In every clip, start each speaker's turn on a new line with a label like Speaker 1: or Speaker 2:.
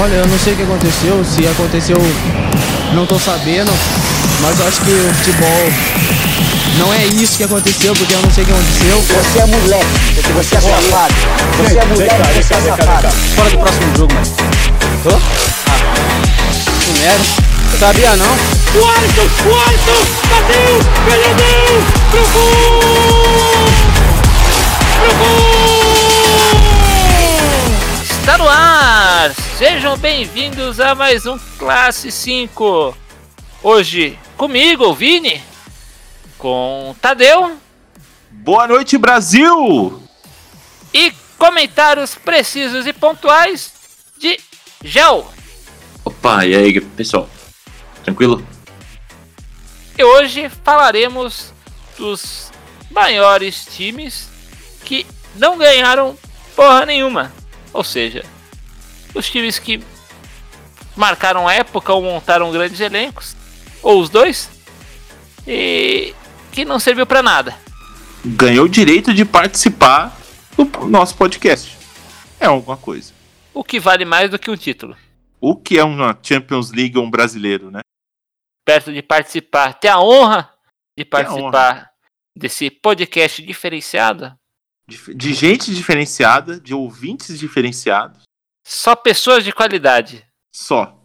Speaker 1: Olha, eu não sei o que aconteceu, se aconteceu, não tô sabendo, mas eu acho que o futebol não é isso que aconteceu, porque eu não sei o que aconteceu.
Speaker 2: Você é moleque, você é safado. Você é moleque, você é safado.
Speaker 3: Fora do próximo jogo, mas. Hã? Ah, que merda. Sabia não?
Speaker 4: O Alisson, o Alisson, bateu, perdeu, pro gol! Pro gol! Está Tá no ar! Sejam bem-vindos a mais um Classe 5. Hoje, comigo, o Vini, com Tadeu
Speaker 5: Boa noite, Brasil!
Speaker 4: e comentários precisos e pontuais de Gel.
Speaker 5: Opa, e aí, pessoal? Tranquilo?
Speaker 4: E hoje falaremos dos maiores times que não ganharam porra nenhuma. Ou seja, os times que marcaram época ou montaram grandes elencos, ou os dois, e que não serviu pra nada.
Speaker 5: Ganhou o direito de participar do nosso podcast. É alguma coisa.
Speaker 4: O que vale mais do que um título.
Speaker 5: O que é uma Champions League ou um brasileiro, né?
Speaker 4: Perto de participar, ter a honra de
Speaker 5: a honra.
Speaker 4: participar desse podcast diferenciado,
Speaker 5: De, de gente diferenciada, de ouvintes diferenciados,
Speaker 4: só pessoas de qualidade.
Speaker 5: só.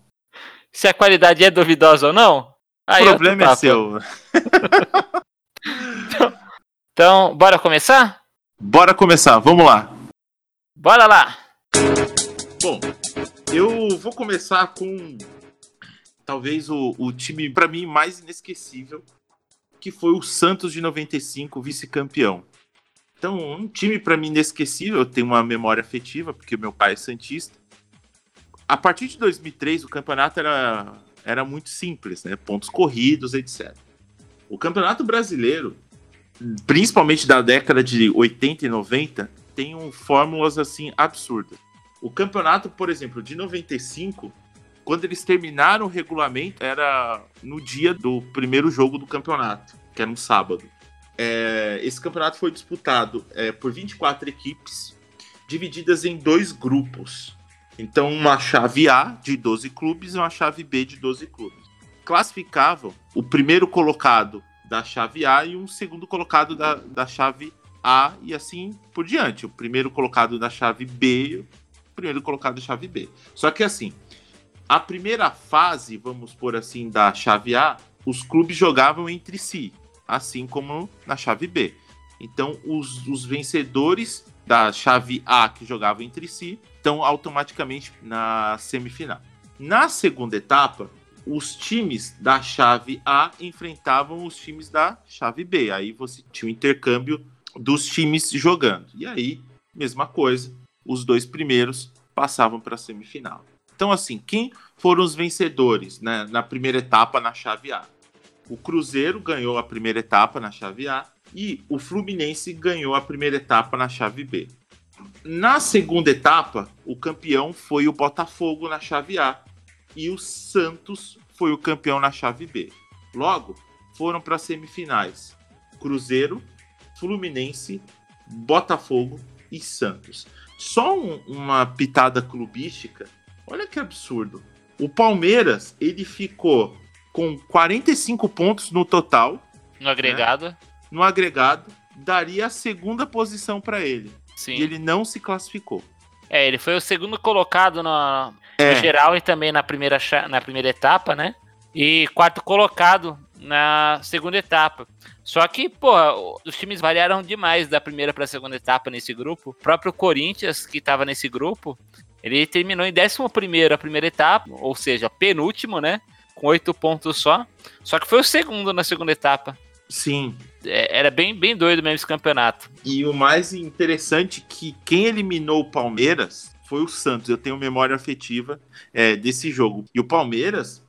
Speaker 4: Se a qualidade é duvidosa ou não, aí é
Speaker 5: o
Speaker 4: outro
Speaker 5: problema é
Speaker 4: papo.
Speaker 5: seu.
Speaker 4: Então, bora começar?
Speaker 5: Bora começar, vamos lá.
Speaker 4: Bora lá!
Speaker 5: Bom, eu vou começar com talvez o, o time, pra mim, mais inesquecível, que foi o Santos de 95, vice-campeão. Então, um time pra mim inesquecível, eu tenho uma memória afetiva, porque meu pai é Santista. A partir de 2003, o campeonato era, era muito simples, né? Pontos corridos, etc. O campeonato brasileiro, principalmente da década de 80 e 90, tem um, fórmulas assim absurdas. O campeonato, por exemplo, de 95, quando eles terminaram o regulamento, era no dia do primeiro jogo do campeonato, que era um sábado. É, esse campeonato foi disputado é, por 24 equipes, divididas em dois grupos. Então, uma chave A de 12 clubes e uma chave B de 12 clubes. Classificavam o primeiro colocado da chave A e um segundo colocado da, da chave A e assim por diante. O primeiro colocado da chave B, primeiro colocado da chave B. Só que assim, a primeira fase, vamos por assim, da chave A, os clubes jogavam entre si, assim como na chave B. Então, os, os vencedores da chave A que jogavam entre si estão automaticamente na semifinal. Na segunda etapa, os times da chave A enfrentavam os times da chave B. Aí você tinha o intercâmbio dos times jogando. E aí, mesma coisa, os dois primeiros passavam para a semifinal. Então, assim, quem foram os vencedores né, na primeira etapa na chave A? O Cruzeiro ganhou a primeira etapa na chave A e o Fluminense ganhou a primeira etapa na chave B. Na segunda etapa, o campeão foi o Botafogo na chave A e o Santos foi o campeão na chave B. Logo, foram para as semifinais: Cruzeiro, Fluminense, Botafogo e Santos. Só um- uma pitada clubística. Olha que absurdo. O Palmeiras, ele ficou com 45 pontos no total,
Speaker 4: No agregado,
Speaker 5: no agregado, daria a segunda posição para ele.
Speaker 4: sim.
Speaker 5: E ele não se classificou.
Speaker 4: É, ele foi o segundo colocado na-
Speaker 5: É.
Speaker 4: no geral e também na primeira, cha- na primeira etapa, né? E quarto colocado na segunda etapa. Só que, porra, o- os times variaram demais da primeira para a segunda etapa nesse grupo. O próprio Corinthians, que estava nesse grupo, ele terminou em 11 a primeira etapa, ou seja, penúltimo, né? Com oito pontos só. Só que foi o segundo na segunda etapa.
Speaker 5: Sim,
Speaker 4: É, era bem, bem doido mesmo esse campeonato.
Speaker 5: E o mais interessante é que quem eliminou o Palmeiras foi o Santos. Eu tenho memória afetiva é, desse jogo. E o Palmeiras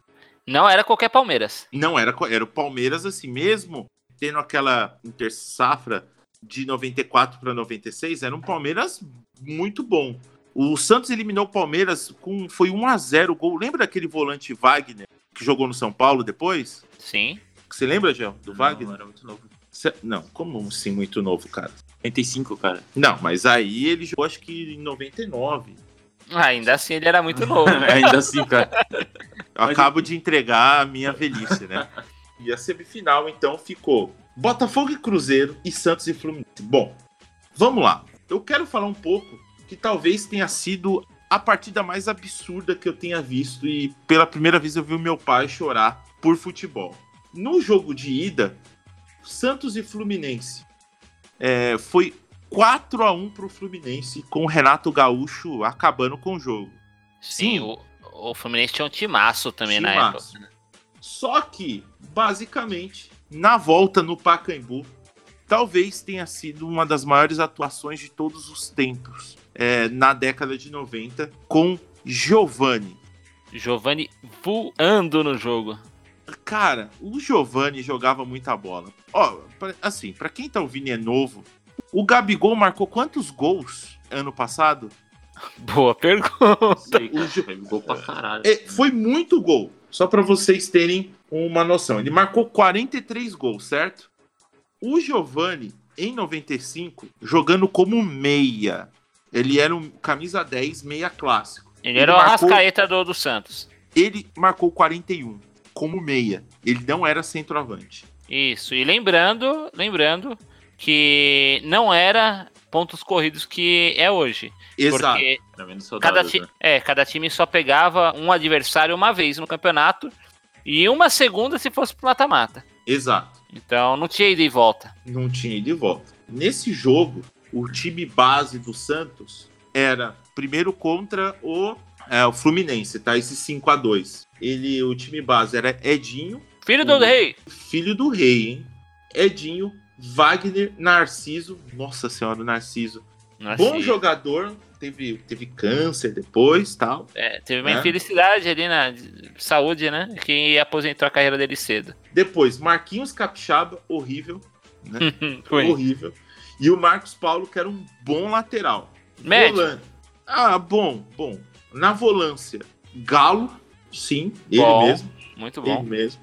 Speaker 4: Não era qualquer Palmeiras.
Speaker 5: não era co- era o Palmeiras assim mesmo, tendo aquela intersafra de 94 para 96, era um Palmeiras muito bom. O Santos eliminou o Palmeiras com foi 1 a 0 o gol. Lembra daquele volante Wagner que jogou no São Paulo depois?
Speaker 4: Sim.
Speaker 5: Você lembra, Gel, do Wagner?
Speaker 3: Não, era muito novo.
Speaker 5: Cê- Não, como assim muito novo, cara?
Speaker 3: 85, cara.
Speaker 5: Não, mas aí ele jogou acho que em 99.
Speaker 4: Ainda assim, ele era muito novo.
Speaker 5: Ainda assim, cara. Eu acabo de entregar a minha velhice, né? E a semifinal, então, ficou Botafogo e Cruzeiro e Santos e Fluminense. Bom, vamos lá. Eu quero falar um pouco que talvez tenha sido a partida mais absurda que eu tenha visto e pela primeira vez eu vi o meu pai chorar por futebol. No jogo de ida, Santos e Fluminense é, foi 4 a 1 pro Fluminense com o Renato Gaúcho acabando com o jogo.
Speaker 4: Sim, o, o Fluminense tinha um timaço também na
Speaker 5: Timaço.
Speaker 4: época. né?
Speaker 5: Só que, basicamente, na volta no Pacaembu, talvez tenha sido uma das maiores atuações de todos os tempos é, na década de 90 com Giovani.
Speaker 4: Giovanni voando no jogo.
Speaker 5: Cara, o Giovani jogava muita bola. Ó, pra- assim, pra quem tá ouvindo e é novo, o Gabigol marcou quantos gols ano passado?
Speaker 4: Boa pergunta.
Speaker 5: O Gio-
Speaker 2: Gol pra caralho.
Speaker 5: É, foi muito gol. Só pra vocês terem uma noção. Ele marcou 43 gols, certo? O Giovani, em 95, jogando como meia. Ele era um camisa 10, meia clássico.
Speaker 4: Ele era o
Speaker 5: marcou-
Speaker 4: Arrascaeta do, do Santos.
Speaker 5: Ele marcou 41 como meia. Ele não era centroavante.
Speaker 4: Isso. E lembrando, lembrando que não era pontos corridos que é hoje.
Speaker 5: Exato.
Speaker 4: Porque
Speaker 2: Pelo menos soldados,
Speaker 4: cada, ti-
Speaker 2: né?
Speaker 4: é, cada time só pegava um adversário uma vez no campeonato e uma segunda se fosse pro mata-mata.
Speaker 5: Exato.
Speaker 4: Então não tinha ida e volta.
Speaker 5: Não tinha ido e volta. Nesse jogo, o time base do Santos era primeiro contra o, é, o Fluminense, tá? Esse 5 a 2 Ele, o time base era Edinho,
Speaker 4: Filho do
Speaker 5: Hum.
Speaker 4: rei!
Speaker 5: filho do rei, hein? Edinho, Wagner, Narciso. Nossa senhora, o Narciso. Bom
Speaker 4: Assim,
Speaker 5: jogador, teve, teve câncer depois tal.
Speaker 4: é, teve uma
Speaker 5: né?
Speaker 4: infelicidade ali na de- saúde, né? Que aposentou a carreira dele cedo.
Speaker 5: Depois, Marquinhos Capixaba, horrível, né?
Speaker 4: Foi.
Speaker 5: horrível. E o Marcos Paulo, que era um bom lateral.
Speaker 4: Médio.
Speaker 5: Volan- Ah, bom, bom. Na volância, Galo, sim, ele
Speaker 4: Bom,
Speaker 5: mesmo.
Speaker 4: Muito
Speaker 5: Ele
Speaker 4: bom.
Speaker 5: mesmo.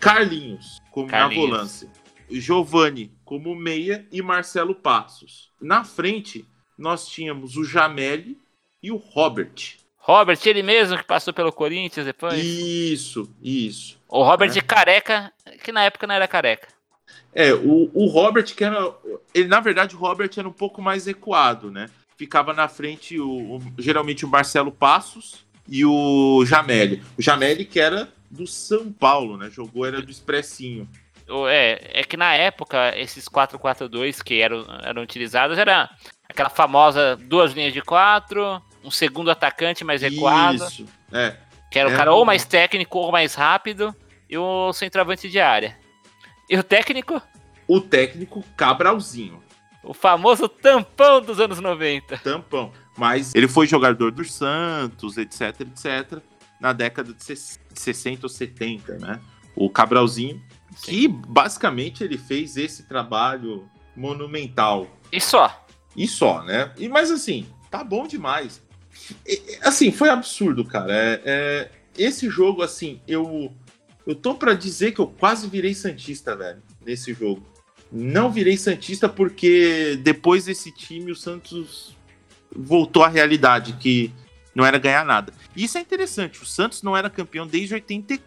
Speaker 5: Carlinhos, como
Speaker 4: Carlinhos.
Speaker 5: na volância. Giovani, como meia, e Marcelo Passos. Na frente, nós tínhamos o Jameli e o Robert.
Speaker 4: Robert, ele mesmo que passou pelo Corinthians depois.
Speaker 5: Isso, isso.
Speaker 4: O Robert
Speaker 5: né?
Speaker 4: careca, que na época não era careca.
Speaker 5: É, o, o Robert, que era. Ele, na verdade, o Robert era um pouco mais equado, né? Ficava na frente, o, o- geralmente, o Marcelo Passos e o Jameli. O Jameli, que era do São Paulo, né? Jogou, era do Expressinho.
Speaker 4: O- É, é que na época, esses 4-4-2 que eram, eram utilizados era aquela famosa duas linhas de quatro, um segundo atacante mais recuado,
Speaker 5: Isso. É.
Speaker 4: que era o
Speaker 5: É
Speaker 4: cara
Speaker 5: um-
Speaker 4: ou mais técnico ou mais rápido, e o centroavante de área. E o técnico,
Speaker 5: o técnico Cabralzinho,
Speaker 4: o famoso tampão dos anos 90.
Speaker 5: tampão. Mas ele foi jogador do Santos, etc, etc, na década de ses- de 60 ou 70, né? O Cabralzinho, que basicamente ele fez esse trabalho monumental.
Speaker 4: E só.
Speaker 5: E só, né? E, mas assim, tá bom demais. E- e, assim, foi absurdo, cara. É- é, esse jogo, assim, eu. Eu tô pra dizer que eu quase virei Santista, velho, nesse jogo. Não virei Santista porque depois desse time o Santos voltou à realidade, que não era ganhar nada. E Isso é interessante, o Santos não era campeão desde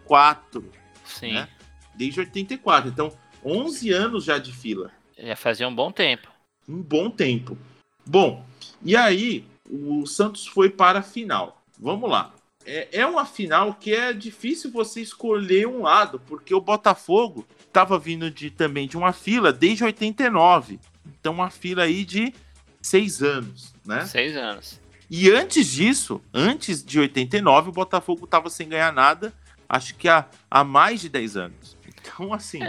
Speaker 5: 84.
Speaker 4: Sim,
Speaker 5: Né? Desde 84, então 11 anos já de fila
Speaker 4: já fazia um bom tempo.
Speaker 5: um bom tempo. Bom, e aí o Santos foi para a final. Vamos lá. É, é uma final que é difícil você escolher um lado, porque o Botafogo estava vindo de, também de uma fila desde 89. Então, uma fila aí de seis anos, né?
Speaker 4: Seis anos.
Speaker 5: E antes disso, antes de 89, o Botafogo estava sem ganhar nada, acho que há, há mais de 10 anos. Então, assim,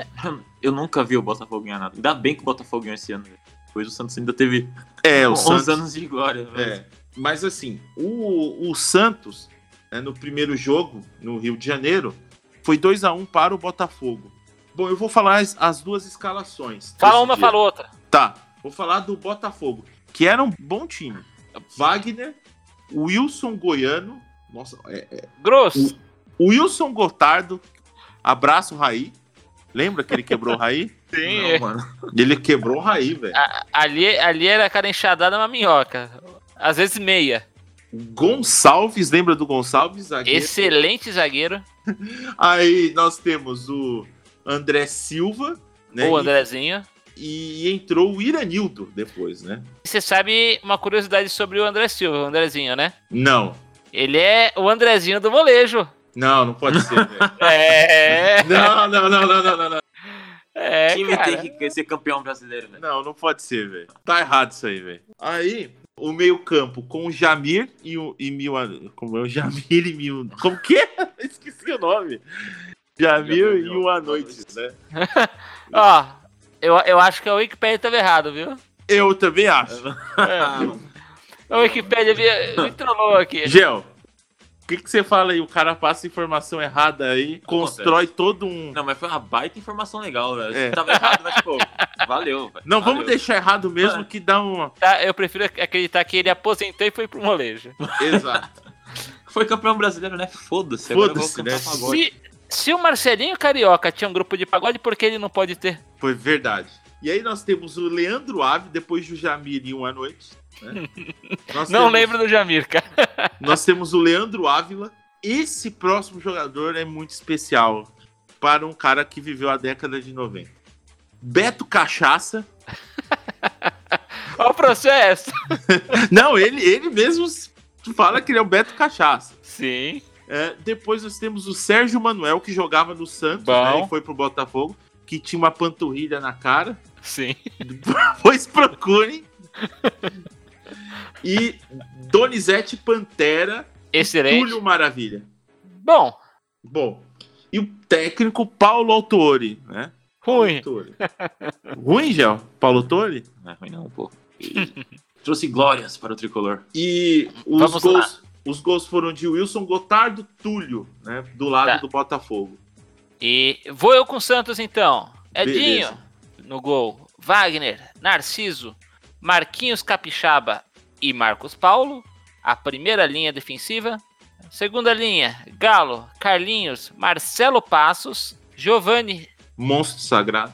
Speaker 2: Eu nunca vi o Botafogo ganhar nada. Ainda bem que o Botafogo ganhou esse ano. velho. Depois o Santos ainda teve
Speaker 5: é, o
Speaker 2: 11
Speaker 5: Santos...
Speaker 2: anos de glória. velho.
Speaker 5: É, mas assim, o, o Santos, né, no primeiro jogo, no Rio de Janeiro, foi 2 a 1 para o Botafogo. Bom, eu vou falar as, as duas escalações.
Speaker 4: Fala
Speaker 5: desse
Speaker 4: uma,
Speaker 5: um dia.
Speaker 4: fala outra.
Speaker 5: Tá, vou falar do Botafogo, que era um bom time. Wagner, Wilson Goiano, nossa, é,
Speaker 4: Grosso.
Speaker 5: Wilson Gotardo, abraço Raí. Lembra que ele quebrou o Raí?
Speaker 4: Sim, é.
Speaker 2: Não, mano.
Speaker 5: Ele quebrou o
Speaker 4: Ah.
Speaker 5: Raí, velho.
Speaker 4: Ali, ali era cara enxadada uma minhoca. Às vezes meia.
Speaker 5: Gonçalves, lembra do Gonçalves? Zagueiro.
Speaker 4: Excelente zagueiro.
Speaker 5: Aí nós temos o André Silva, né?
Speaker 4: O Andrezinho.
Speaker 5: E, e entrou o Iranildo depois, né?
Speaker 4: E você sabe uma curiosidade sobre o André Silva, o Andrezinho, né?
Speaker 5: Não,
Speaker 4: Ele é o Andrezinho do molejo.
Speaker 5: não, não pode ser. velho.
Speaker 4: É.
Speaker 5: não, não, não, não, não, não, não.
Speaker 4: É,
Speaker 2: time
Speaker 4: cara.
Speaker 2: tem que ser campeão brasileiro, velho.
Speaker 5: Não, não pode ser, velho. Tá errado isso aí, velho. Aí, o meio-campo com o Jamir e o e Mil. Como é o Jamir e Mil. Como que é? Esqueci o nome. Jamir e o Anoites, né?
Speaker 4: Ó, eu, eu acho que a Wikipedia tava errado, viu?
Speaker 5: Eu também acho.
Speaker 4: A Wikipedia me, me trollou aqui.
Speaker 5: Gel, o que, que você fala aí? O cara passa informação errada aí, constrói todo um.
Speaker 6: Não, mas foi uma baita informação legal, velho.
Speaker 5: É.
Speaker 6: Você Tava errado, mas, pô, valeu, velho.
Speaker 5: Não, vamos
Speaker 6: Valeu.
Speaker 5: deixar errado mesmo que dá um- uma.
Speaker 4: Tá, eu prefiro acreditar que ele aposentou e foi pro molejo.
Speaker 5: Exato.
Speaker 6: Foi campeão brasileiro, né? Foda-se. agora eu vou
Speaker 5: Foda-se,
Speaker 6: cantar
Speaker 5: né?
Speaker 6: pagode.
Speaker 4: Se, se o Marcelinho Carioca tinha um grupo de pagode, por que ele não pode ter?
Speaker 5: Foi verdade. E aí nós temos o Leandro Ave, depois do Jamir em uma noite. né? Nós
Speaker 4: Não
Speaker 5: temos-
Speaker 4: lembro do Jamir, cara.
Speaker 5: Nós temos o Leandro Ávila. Esse próximo jogador é muito especial para um cara que viveu a década de 90. Beto Cachaça.
Speaker 4: Olha o processo. é
Speaker 5: Não, ele, ele mesmo fala que ele é o Beto Cachaça.
Speaker 4: Sim.
Speaker 5: É, depois nós temos o Sérgio Manuel, que jogava no Santos
Speaker 4: Bom.
Speaker 5: né, e foi pro Botafogo, que tinha uma panturrilha na cara.
Speaker 4: Sim.
Speaker 5: Pois procurem. E Donizete Pantera,
Speaker 4: Excelente.
Speaker 5: Túlio Maravilha.
Speaker 4: Bom,
Speaker 5: Bom, e o técnico Paulo Autori, né?
Speaker 4: ruim.
Speaker 5: Autori. Ruim, Gel? Paulo Autori?
Speaker 6: Não é ruim, não, pô. E Trouxe glórias para o tricolor.
Speaker 5: E os
Speaker 4: Vamos
Speaker 5: gols, os gols foram de Wilson Gotardo Túlio, né? Do lado
Speaker 4: Tá.
Speaker 5: do Botafogo.
Speaker 4: E vou eu com o Santos então. Edinho
Speaker 5: Beleza.
Speaker 4: no gol. Wagner, Narciso, Marquinhos Capixaba e Marcos Paulo. A primeira linha defensiva. Segunda linha, Galo, Carlinhos, Marcelo Passos, Giovanni
Speaker 5: Monstro sagrado.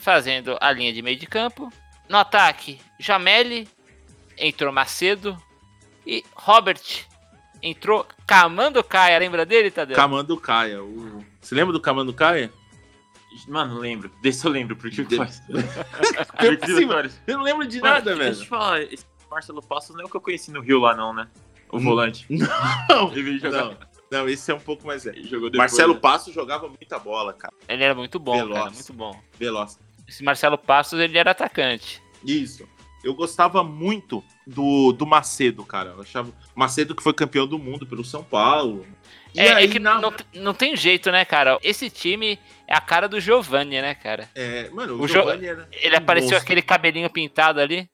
Speaker 4: fazendo a linha de meio de campo. No ataque, Jameli, entrou Macedo e Robert entrou Camando Caia. Lembra dele, Tadeu?
Speaker 5: Camando Caia. o- Você lembra do Camando Caia?
Speaker 6: Mano, não lembro. Desse eu lembro, porque o que
Speaker 5: De-
Speaker 6: faz?
Speaker 5: é possível. Eu não lembro de nada,
Speaker 6: Mano, Deixa eu
Speaker 5: velho.
Speaker 6: te falar, esse Marcelo Passos não é o que eu conheci no Rio lá, não, né? O volante.
Speaker 5: Hum. Não,
Speaker 6: Ele jogou,
Speaker 5: não, não, esse é um pouco mais velho.
Speaker 6: ele jogou depois.
Speaker 5: Marcelo
Speaker 6: né?
Speaker 5: Passo jogava muita bola, cara.
Speaker 4: Ele era muito bom, cara,
Speaker 5: Veloz.
Speaker 4: muito bom.
Speaker 5: Veloz.
Speaker 4: Esse Marcelo Passos, ele era atacante.
Speaker 5: Isso. Eu gostava muito do, do Macedo, cara. Eu achava Macedo que foi campeão do mundo pelo São Paulo. E
Speaker 4: É, é
Speaker 5: aí,
Speaker 4: que
Speaker 5: na-
Speaker 4: não, não tem jeito, né, cara? Esse time é a cara do Giovanni, né, cara?
Speaker 5: É, mano,
Speaker 4: O
Speaker 5: o
Speaker 4: Jo-
Speaker 5: Giovanni era.
Speaker 4: Ele
Speaker 5: um
Speaker 4: apareceu
Speaker 5: monstro.
Speaker 4: aquele cabelinho pintado ali.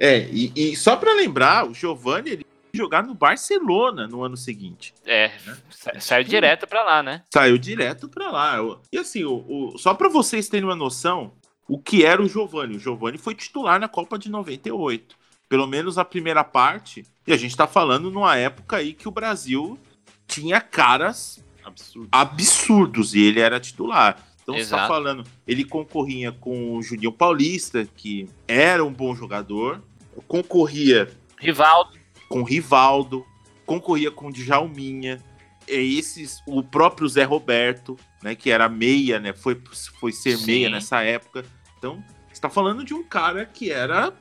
Speaker 5: É, e, e só pra lembrar, o Giovanni ele ia jogar no Barcelona no ano seguinte.
Speaker 4: É, sa- saiu direto pra lá, né?
Speaker 5: Saiu direto pra lá. Eu- E assim, o, o- só pra vocês terem uma noção, o que era o Giovanni? O Giovanni foi titular na Copa de 98. Pelo menos a primeira parte. E a gente tá falando numa época aí que o Brasil tinha caras
Speaker 6: Absurdo.
Speaker 5: absurdos e ele era titular. Então você tá
Speaker 4: Exato.
Speaker 5: falando, ele concorria com o Julião Paulista, que era um bom jogador, concorria
Speaker 4: Rivaldo,
Speaker 5: com o Rivaldo, concorria com o Djalminha, é esses, o próprio Zé Roberto, né, que era meia, né, foi, foi ser
Speaker 4: Sim.
Speaker 5: meia nessa época. Então, você tá falando de um cara que era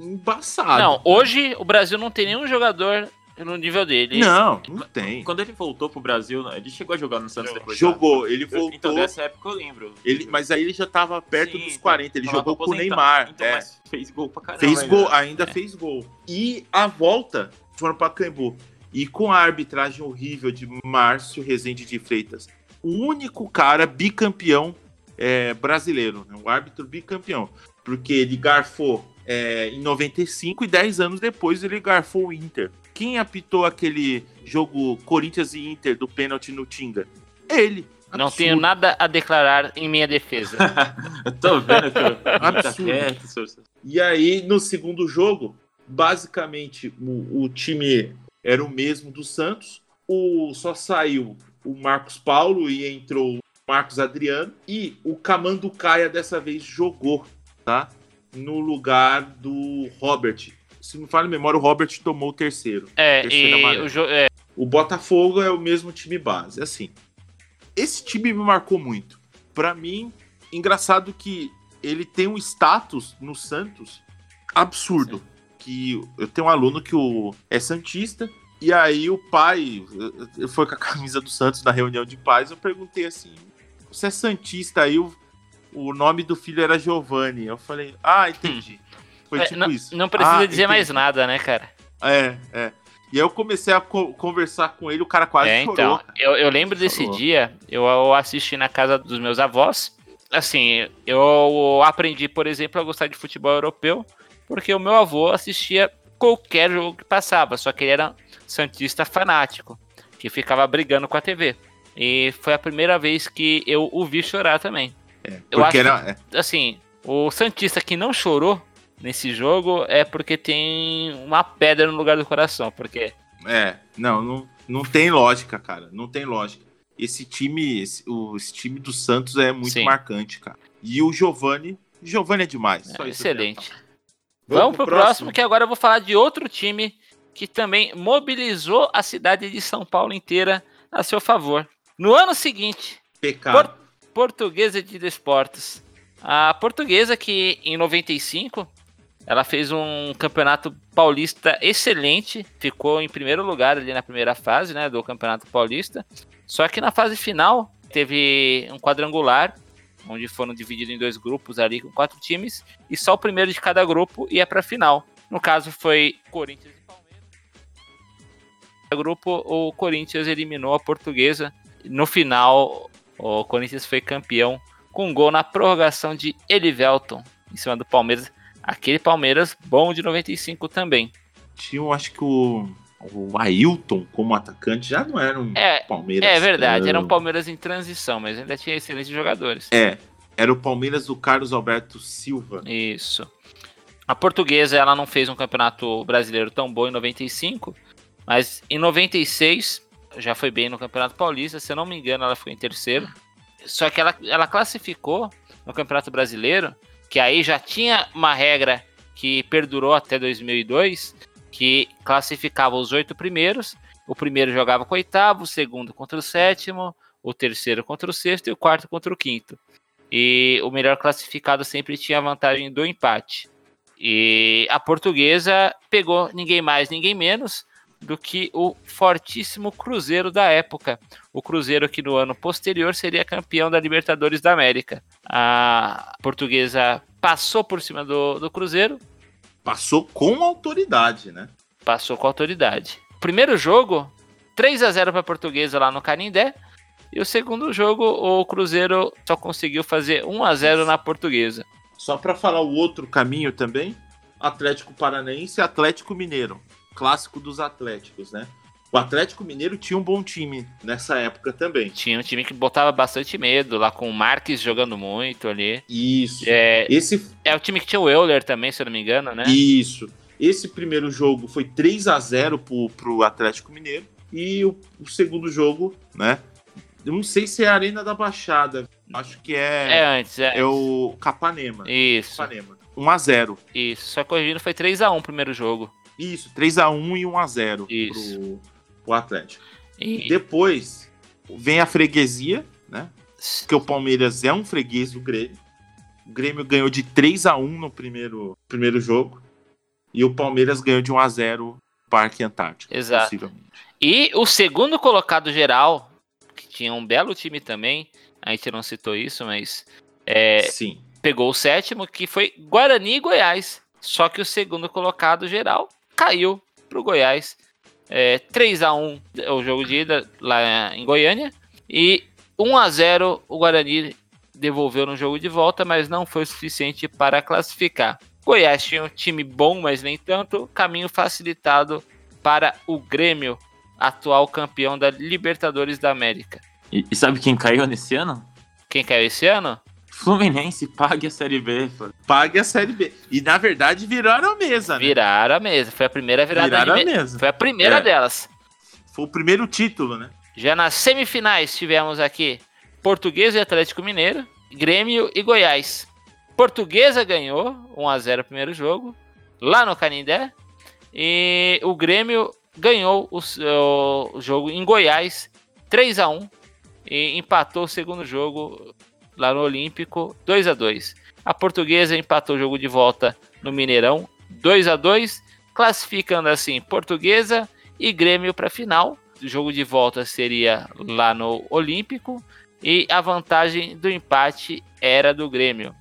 Speaker 5: embaçado.
Speaker 4: Não, hoje o Brasil não tem nenhum jogador no nível dele.
Speaker 5: não, não tem.
Speaker 6: Quando ele voltou pro Brasil, né, ele chegou a jogar no Santos depois. tá?
Speaker 5: Jogou, ele
Speaker 6: Eu-
Speaker 5: voltou,
Speaker 6: Então, dessa época eu lembro.
Speaker 5: ele, mas aí ele já tava perto
Speaker 6: Sim,
Speaker 5: dos
Speaker 6: então,
Speaker 5: 40, ele
Speaker 6: tava
Speaker 5: jogou com o
Speaker 6: aposentado.
Speaker 5: Neymar.
Speaker 6: Então,
Speaker 5: é.
Speaker 6: mas fez gol pra caramba. né?
Speaker 5: Fez
Speaker 6: ainda.
Speaker 5: gol, ainda fez gol. E a volta foram para Cambu. E com a arbitragem horrível de Márcio Rezende de Freitas, o único cara bicampeão é, brasileiro, né? o árbitro bicampeão, porque ele garfou é, em 95 e 10 anos depois ele garfou o Inter. Quem apitou aquele jogo Corinthians e Inter do pênalti no Tinga? Ele.
Speaker 4: Não
Speaker 5: Absurdo.
Speaker 4: tenho nada a declarar em minha defesa.
Speaker 6: Eu tô vendo que eu... tá
Speaker 5: Absurdo.
Speaker 6: quieto, senhor.
Speaker 5: E aí, no segundo jogo, basicamente o, o time era o mesmo do Santos. O, só saiu o Marcos Paulo e entrou o Marcos Adriano. E o Camando Caia dessa vez jogou, tá? No lugar do Robert. se não falha a memória, o Robert tomou o terceiro.
Speaker 4: É,
Speaker 5: Terceiro
Speaker 4: e
Speaker 5: amarelo.
Speaker 4: o jogo. É,
Speaker 5: O Botafogo é o mesmo time base. Assim, esse time me marcou muito. Pra mim, engraçado que ele tem um status no Santos absurdo. Que eu tenho um aluno que o, é santista e aí o pai eu- eu- foi com a camisa do Santos na reunião de pais. Eu perguntei assim: "Você é santista?" Aí o, o nome do filho era Giovanni. Eu falei: "Ah, entendi." Foi
Speaker 4: é,
Speaker 5: tipo
Speaker 4: não,
Speaker 5: isso.
Speaker 4: não precisa
Speaker 5: Ah,
Speaker 4: dizer mais
Speaker 5: entendi.
Speaker 4: nada, né, cara?
Speaker 5: É, é. E aí eu comecei a co- conversar com ele, o cara quase
Speaker 4: É,
Speaker 5: chorou.
Speaker 4: então, eu, eu lembro desse
Speaker 5: Chorou.
Speaker 4: dia, eu, eu assisti na casa dos meus avós. Assim, eu aprendi, por exemplo, a gostar de futebol europeu, porque o meu avô assistia qualquer jogo que passava, só que ele era santista fanático, que ficava brigando com a TV. E foi a primeira vez que eu o vi chorar também. eu acho
Speaker 5: Porque era, é,
Speaker 4: Assim, o santista que não chorou nesse jogo é porque tem uma pedra no lugar do coração, porque
Speaker 5: é, não, não, não tem lógica, cara. Não tem lógica. Esse time, esse, o, esse time do Santos é muito
Speaker 4: Sim.
Speaker 5: marcante, cara. E o Giovani, Giovani é demais. só
Speaker 4: é
Speaker 5: isso eu quero
Speaker 4: excelente.
Speaker 5: falar.
Speaker 4: Vamos, pro próximo, que agora eu vou falar de outro time que também mobilizou a cidade de São Paulo inteira a seu favor. No ano seguinte,
Speaker 5: Pecado.
Speaker 4: Por- Portuguesa de Desportos. A Portuguesa que em 95 ela fez um campeonato paulista excelente, ficou em primeiro lugar ali na primeira fase, né, do Campeonato Paulista. Só que na fase final teve um quadrangular onde foram divididos em dois grupos ali com quatro times e só o primeiro de cada grupo ia para a final. No caso foi Corinthians e Palmeiras. No grupo o Corinthians eliminou a Portuguesa. No final o Corinthians foi campeão com um gol na prorrogação de Elivelton em cima do Palmeiras. Aquele Palmeiras bom de 95 também.
Speaker 5: Tinha, eu acho que o, o Ailton como atacante já não era um
Speaker 4: É,
Speaker 5: Palmeiras.
Speaker 4: é verdade, era
Speaker 5: era
Speaker 4: um Palmeiras em transição, mas ainda tinha excelentes jogadores.
Speaker 5: É, era o Palmeiras do Carlos Alberto Silva.
Speaker 4: Isso. A portuguesa ela não fez um campeonato brasileiro tão bom em 95, mas em 96 já foi bem no Campeonato Paulista, se eu não me engano, ela ficou em terceiro. Só que ela, ela classificou no Campeonato Brasileiro, que aí já tinha uma regra que perdurou até 2002, que classificava os oito primeiros, o primeiro jogava com o oitavo, o segundo contra o sétimo, o terceiro contra o sexto e o quarto contra o quinto e o melhor classificado sempre tinha a vantagem do empate. E a portuguesa pegou ninguém mais, ninguém menos do que o fortíssimo Cruzeiro da época. O Cruzeiro que no ano posterior seria campeão da Libertadores da América. A portuguesa passou por cima do, do Cruzeiro,
Speaker 5: Passou com autoridade, né?
Speaker 4: passou com autoridade. Primeiro jogo, 3 a 0 para a portuguesa lá no Canindé. E o segundo jogo, o Cruzeiro só conseguiu fazer 1 a 0 na portuguesa.
Speaker 5: Só pra falar o outro caminho também, Atlético Paranaense e Atlético Mineiro, clássico dos Atléticos, né? O Atlético Mineiro tinha um bom time nessa época também.
Speaker 4: Tinha um time que botava bastante medo, lá com o Marques jogando muito ali.
Speaker 5: Isso.
Speaker 4: É,
Speaker 5: Esse,
Speaker 4: é o time que tinha o Euler também, se eu não me engano, né?
Speaker 5: isso. Esse primeiro jogo foi 3 a 0 pro, pro Atlético Mineiro e o, o segundo jogo, né? Eu não sei se é a Arena da Baixada, acho que
Speaker 4: É
Speaker 5: é é,
Speaker 4: antes, é.
Speaker 5: o Capanema.
Speaker 4: Isso,
Speaker 5: Capanema. 1 a 0.
Speaker 4: isso. Só corrigindo, foi 3x1 o primeiro jogo.
Speaker 5: Isso, 3 a 1 e 1 a 0
Speaker 4: Isso.
Speaker 5: pro, pro Atlético.
Speaker 4: E,
Speaker 5: Depois vem a freguesia, né? Porque o Palmeiras é um freguês do Grêmio. O Grêmio ganhou de 3 a 1 no primeiro, primeiro jogo. E o Palmeiras ganhou de 1 a 0 no Parque Antártico.
Speaker 4: Exato.
Speaker 5: possivelmente.
Speaker 4: e o segundo colocado geral, que tinha um belo time também, a gente não citou isso, mas é,
Speaker 5: Sim.
Speaker 4: pegou o sétimo, que foi Guarani e Goiás. Só que o segundo colocado geral caiu pro Goiás. É, 3x1 é o jogo de ida lá em Goiânia. E 1x0 o Guarani devolveu no jogo de volta, mas não foi suficiente para classificar. Goiás tinha um time bom, mas nem tanto. Caminho facilitado para o Grêmio, atual campeão da Libertadores da América.
Speaker 6: E, e sabe quem caiu nesse ano?
Speaker 4: Quem caiu esse ano?
Speaker 6: Fluminense pague a Série B. pô.
Speaker 5: Pague a Série B. E na verdade viraram a mesa, né?
Speaker 4: Viraram a mesa. Foi a primeira virada
Speaker 5: Viraram
Speaker 4: de
Speaker 5: a
Speaker 4: me-
Speaker 5: mesa.
Speaker 4: Foi a primeira
Speaker 5: É.
Speaker 4: delas.
Speaker 5: Foi o primeiro título, né?
Speaker 4: Já nas semifinais tivemos aqui Portuguesa e Atlético Mineiro, Grêmio e um Goiás. Portuguesa ganhou 1 a 0 o primeiro jogo lá no Canindé E o Grêmio ganhou o, seu- o jogo em Goiás 3 a 1 e empatou o segundo jogo lá no Olímpico 2 a 2. A Portuguesa empatou o jogo de volta no Mineirão 2 a 2, classificando assim Portuguesa e Grêmio para a final. O jogo de volta seria lá no Olímpico e a vantagem do empate era do Grêmio.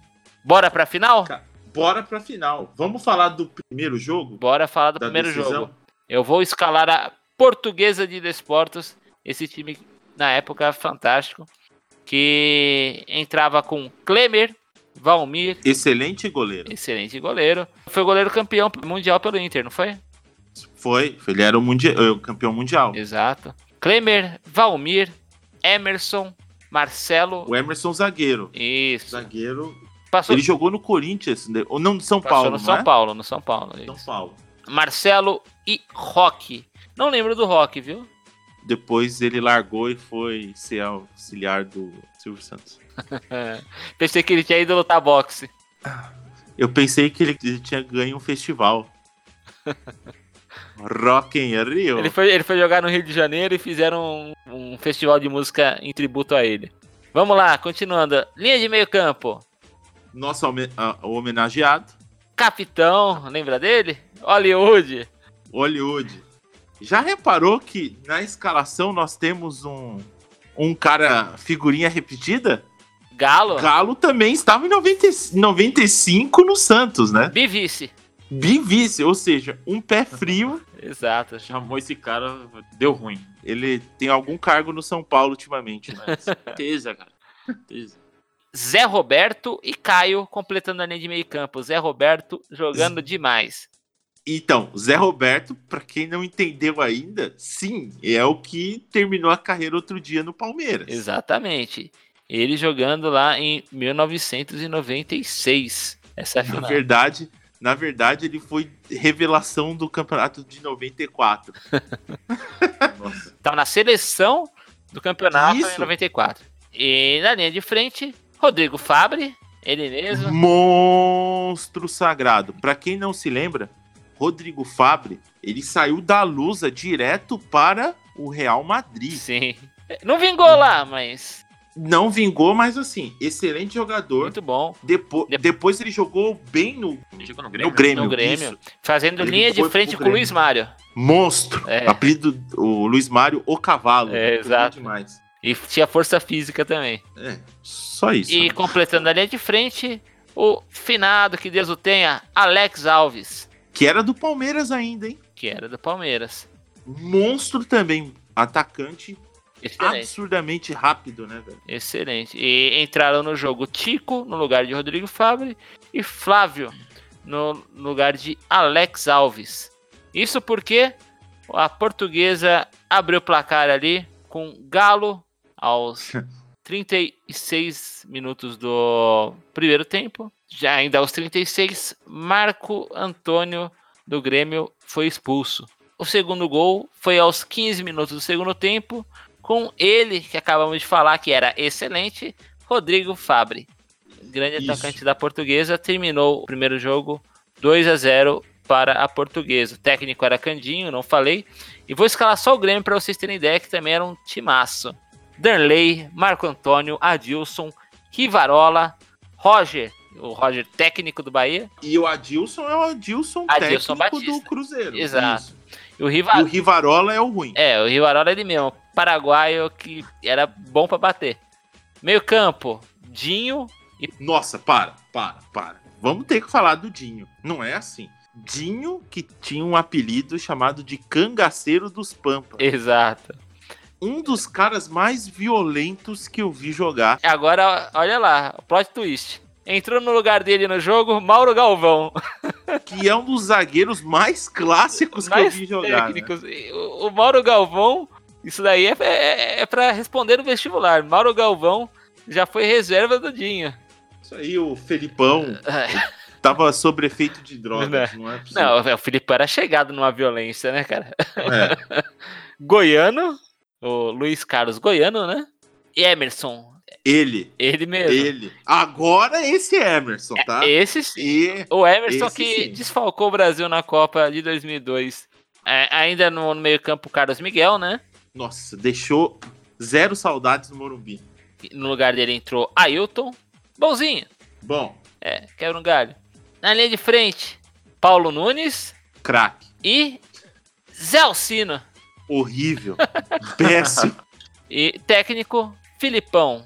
Speaker 4: Bora para a final?
Speaker 5: Bora pra final. Vamos falar do primeiro jogo?
Speaker 4: Bora falar do
Speaker 5: Da
Speaker 4: primeiro
Speaker 5: decisão?
Speaker 4: jogo. Eu vou escalar a Portuguesa de Desportos, esse time na época fantástico, que entrava com Klemer, Valmir,
Speaker 5: Excelente goleiro.
Speaker 4: excelente goleiro. Foi goleiro campeão mundial pelo Inter, não foi?
Speaker 5: Foi, ele era o, mundia- eh, o campeão mundial.
Speaker 4: Exato. Klemer, Valmir, Emerson, Marcelo.
Speaker 5: O Emerson zagueiro.
Speaker 4: Isso.
Speaker 5: Zagueiro.
Speaker 4: Passou,
Speaker 5: Ele jogou no Corinthians, né? ou não, no São
Speaker 4: passou
Speaker 5: Paulo,
Speaker 4: no
Speaker 5: não
Speaker 4: Tá São
Speaker 5: é?
Speaker 4: Paulo, no São Paulo. isso.
Speaker 5: São Paulo.
Speaker 4: Marcelo e Roque. Não lembro do Roque, viu?
Speaker 5: Depois ele largou e foi ser auxiliar do Silvio Santos.
Speaker 4: É. Pensei que ele tinha ido lutar boxe.
Speaker 5: Eu pensei que ele ele tinha ganho um festival. Rock in Rio.
Speaker 4: Ele foi, ele foi jogar no Rio de Janeiro e fizeram um, um festival de música em tributo a ele. Vamos lá, continuando. Linha de meio campo.
Speaker 5: Nosso home- ah, homenageado,
Speaker 4: Capitão, lembra dele? Hollywood.
Speaker 5: Hollywood. Já reparou que na escalação nós temos um, um cara figurinha repetida?
Speaker 4: Galo.
Speaker 5: Galo também estava em 90, e- 95 no Santos, né?
Speaker 4: Bivice.
Speaker 5: Bivice, ou seja, um pé frio.
Speaker 4: Exato.
Speaker 6: Chamou esse cara, deu ruim.
Speaker 5: Ele tem algum cargo no São Paulo ultimamente, né?
Speaker 6: Certeza, cara. Certeza.
Speaker 4: Zé Roberto e Caio completando a linha de meio campo. Zé Roberto jogando demais.
Speaker 5: Então, Zé Roberto, pra quem não entendeu ainda, sim, é o que terminou a carreira outro dia no Palmeiras.
Speaker 4: Exatamente. Ele jogando lá em 1996. Essa é a
Speaker 5: Na
Speaker 4: final.
Speaker 5: verdade, na verdade, ele foi revelação do campeonato de 94.
Speaker 6: Nossa.
Speaker 4: Tava Tá na seleção do campeonato em
Speaker 5: Isso.
Speaker 4: 94. E na linha de frente, Rodrigo Fabre, ele mesmo.
Speaker 5: Monstro sagrado. Pra quem não se lembra, Rodrigo Fabre, ele saiu da Lusa direto para o Real Madrid.
Speaker 4: Sim. Não vingou lá, mas
Speaker 5: Não vingou, mas assim, excelente jogador.
Speaker 4: muito bom.
Speaker 5: Depo-
Speaker 4: Dep-
Speaker 5: Depois ele jogou bem no,
Speaker 6: Ele jogou no
Speaker 5: no
Speaker 6: Grêmio?
Speaker 5: Grêmio.
Speaker 4: No Grêmio.
Speaker 5: isso.
Speaker 4: Fazendo
Speaker 5: Ele
Speaker 4: linha de
Speaker 5: foi pro
Speaker 4: frente com o
Speaker 5: Grêmio. Ah.
Speaker 4: Luiz Mário.
Speaker 5: Monstro.
Speaker 4: É.
Speaker 5: Apelido o Luiz Mário O Cavalo.
Speaker 4: É,
Speaker 5: Jogou
Speaker 4: exato.
Speaker 5: Demais.
Speaker 4: E tinha força física também.
Speaker 5: É, só isso.
Speaker 4: E completando a linha de frente, o finado, que Deus o tenha, Alex Alves,
Speaker 5: Que era do Palmeiras ainda, hein?
Speaker 4: que era do Palmeiras.
Speaker 5: Monstro também. Atacante
Speaker 4: Excelente.
Speaker 5: absurdamente rápido, né, velho?
Speaker 4: Excelente. E entraram no jogo Tico, no lugar de Rodrigo Fabre, e Flávio, no lugar de Alex Alves. Isso porque a portuguesa abriu o placar ali com Galo aos 36 minutos do primeiro tempo. Já ainda aos 36, Marco Antônio do Grêmio foi expulso. O segundo gol foi aos 15 minutos do segundo tempo, com ele, que acabamos de falar que era excelente, Rodrigo Fabre. Grande
Speaker 5: Isso.
Speaker 4: atacante da portuguesa, terminou o primeiro jogo 2 a 0 para a portuguesa. O técnico era Candinho, não falei. E vou escalar só o Grêmio para vocês terem ideia que também era um timaço. Danley, Marco Antônio, Adilson, Rivarola, Roger, o Roger técnico do Bahia,
Speaker 5: E o Adilson é o Adilson,
Speaker 4: Adilson
Speaker 5: técnico
Speaker 4: Batista.
Speaker 5: do Cruzeiro.
Speaker 4: Exato.
Speaker 5: Isso.
Speaker 4: e o
Speaker 5: E o
Speaker 4: Rivarola.
Speaker 5: Rivarola é o ruim.
Speaker 4: É, o Rivarola ele mesmo, paraguaio que era bom para bater. Meio campo, Dinho, É.
Speaker 5: Nossa, para, para, para. Vamos ter que falar do Dinho. Não é assim. Dinho, que tinha um apelido chamado de Cangaceiro dos Pampas.
Speaker 4: Exato.
Speaker 5: Um dos caras mais violentos que eu vi jogar.
Speaker 4: Agora, olha lá, plot twist. Entrou no lugar dele no jogo Mauro Galvão.
Speaker 5: Que é um dos zagueiros mais clássicos que eu
Speaker 4: Mais
Speaker 5: vi jogar. né?
Speaker 4: técnicos. O o Mauro Galvão, isso daí é, é, é pra responder no vestibular. Mauro Galvão já foi reserva do Dinho.
Speaker 5: né? Isso aí, o Felipão tava sob efeito de drogas, não é possível.
Speaker 4: Não, o Felipe era chegado numa violência, né, cara?
Speaker 5: É.
Speaker 4: Goiano, o Luiz Carlos Goiano, né? E Emerson,
Speaker 5: Ele.
Speaker 4: Ele mesmo.
Speaker 5: Ele. Agora é esse Emerson, tá?
Speaker 4: Esse sim.
Speaker 5: E
Speaker 4: O Emerson
Speaker 5: Esse
Speaker 4: que
Speaker 5: sim.
Speaker 4: desfalcou o Brasil na Copa de 2002. É, ainda no, no meio-campo, o Carlos Miguel, né?
Speaker 5: Nossa, deixou zero saudades no Morumbi.
Speaker 4: No lugar dele entrou Ailton. Bonzinho.
Speaker 5: Bom,
Speaker 4: É, quebra um galho. Na linha de frente, Paulo Nunes
Speaker 5: craque.
Speaker 4: e Zé Alcino.
Speaker 5: Horrível. péssimo.
Speaker 4: E técnico, Filipão.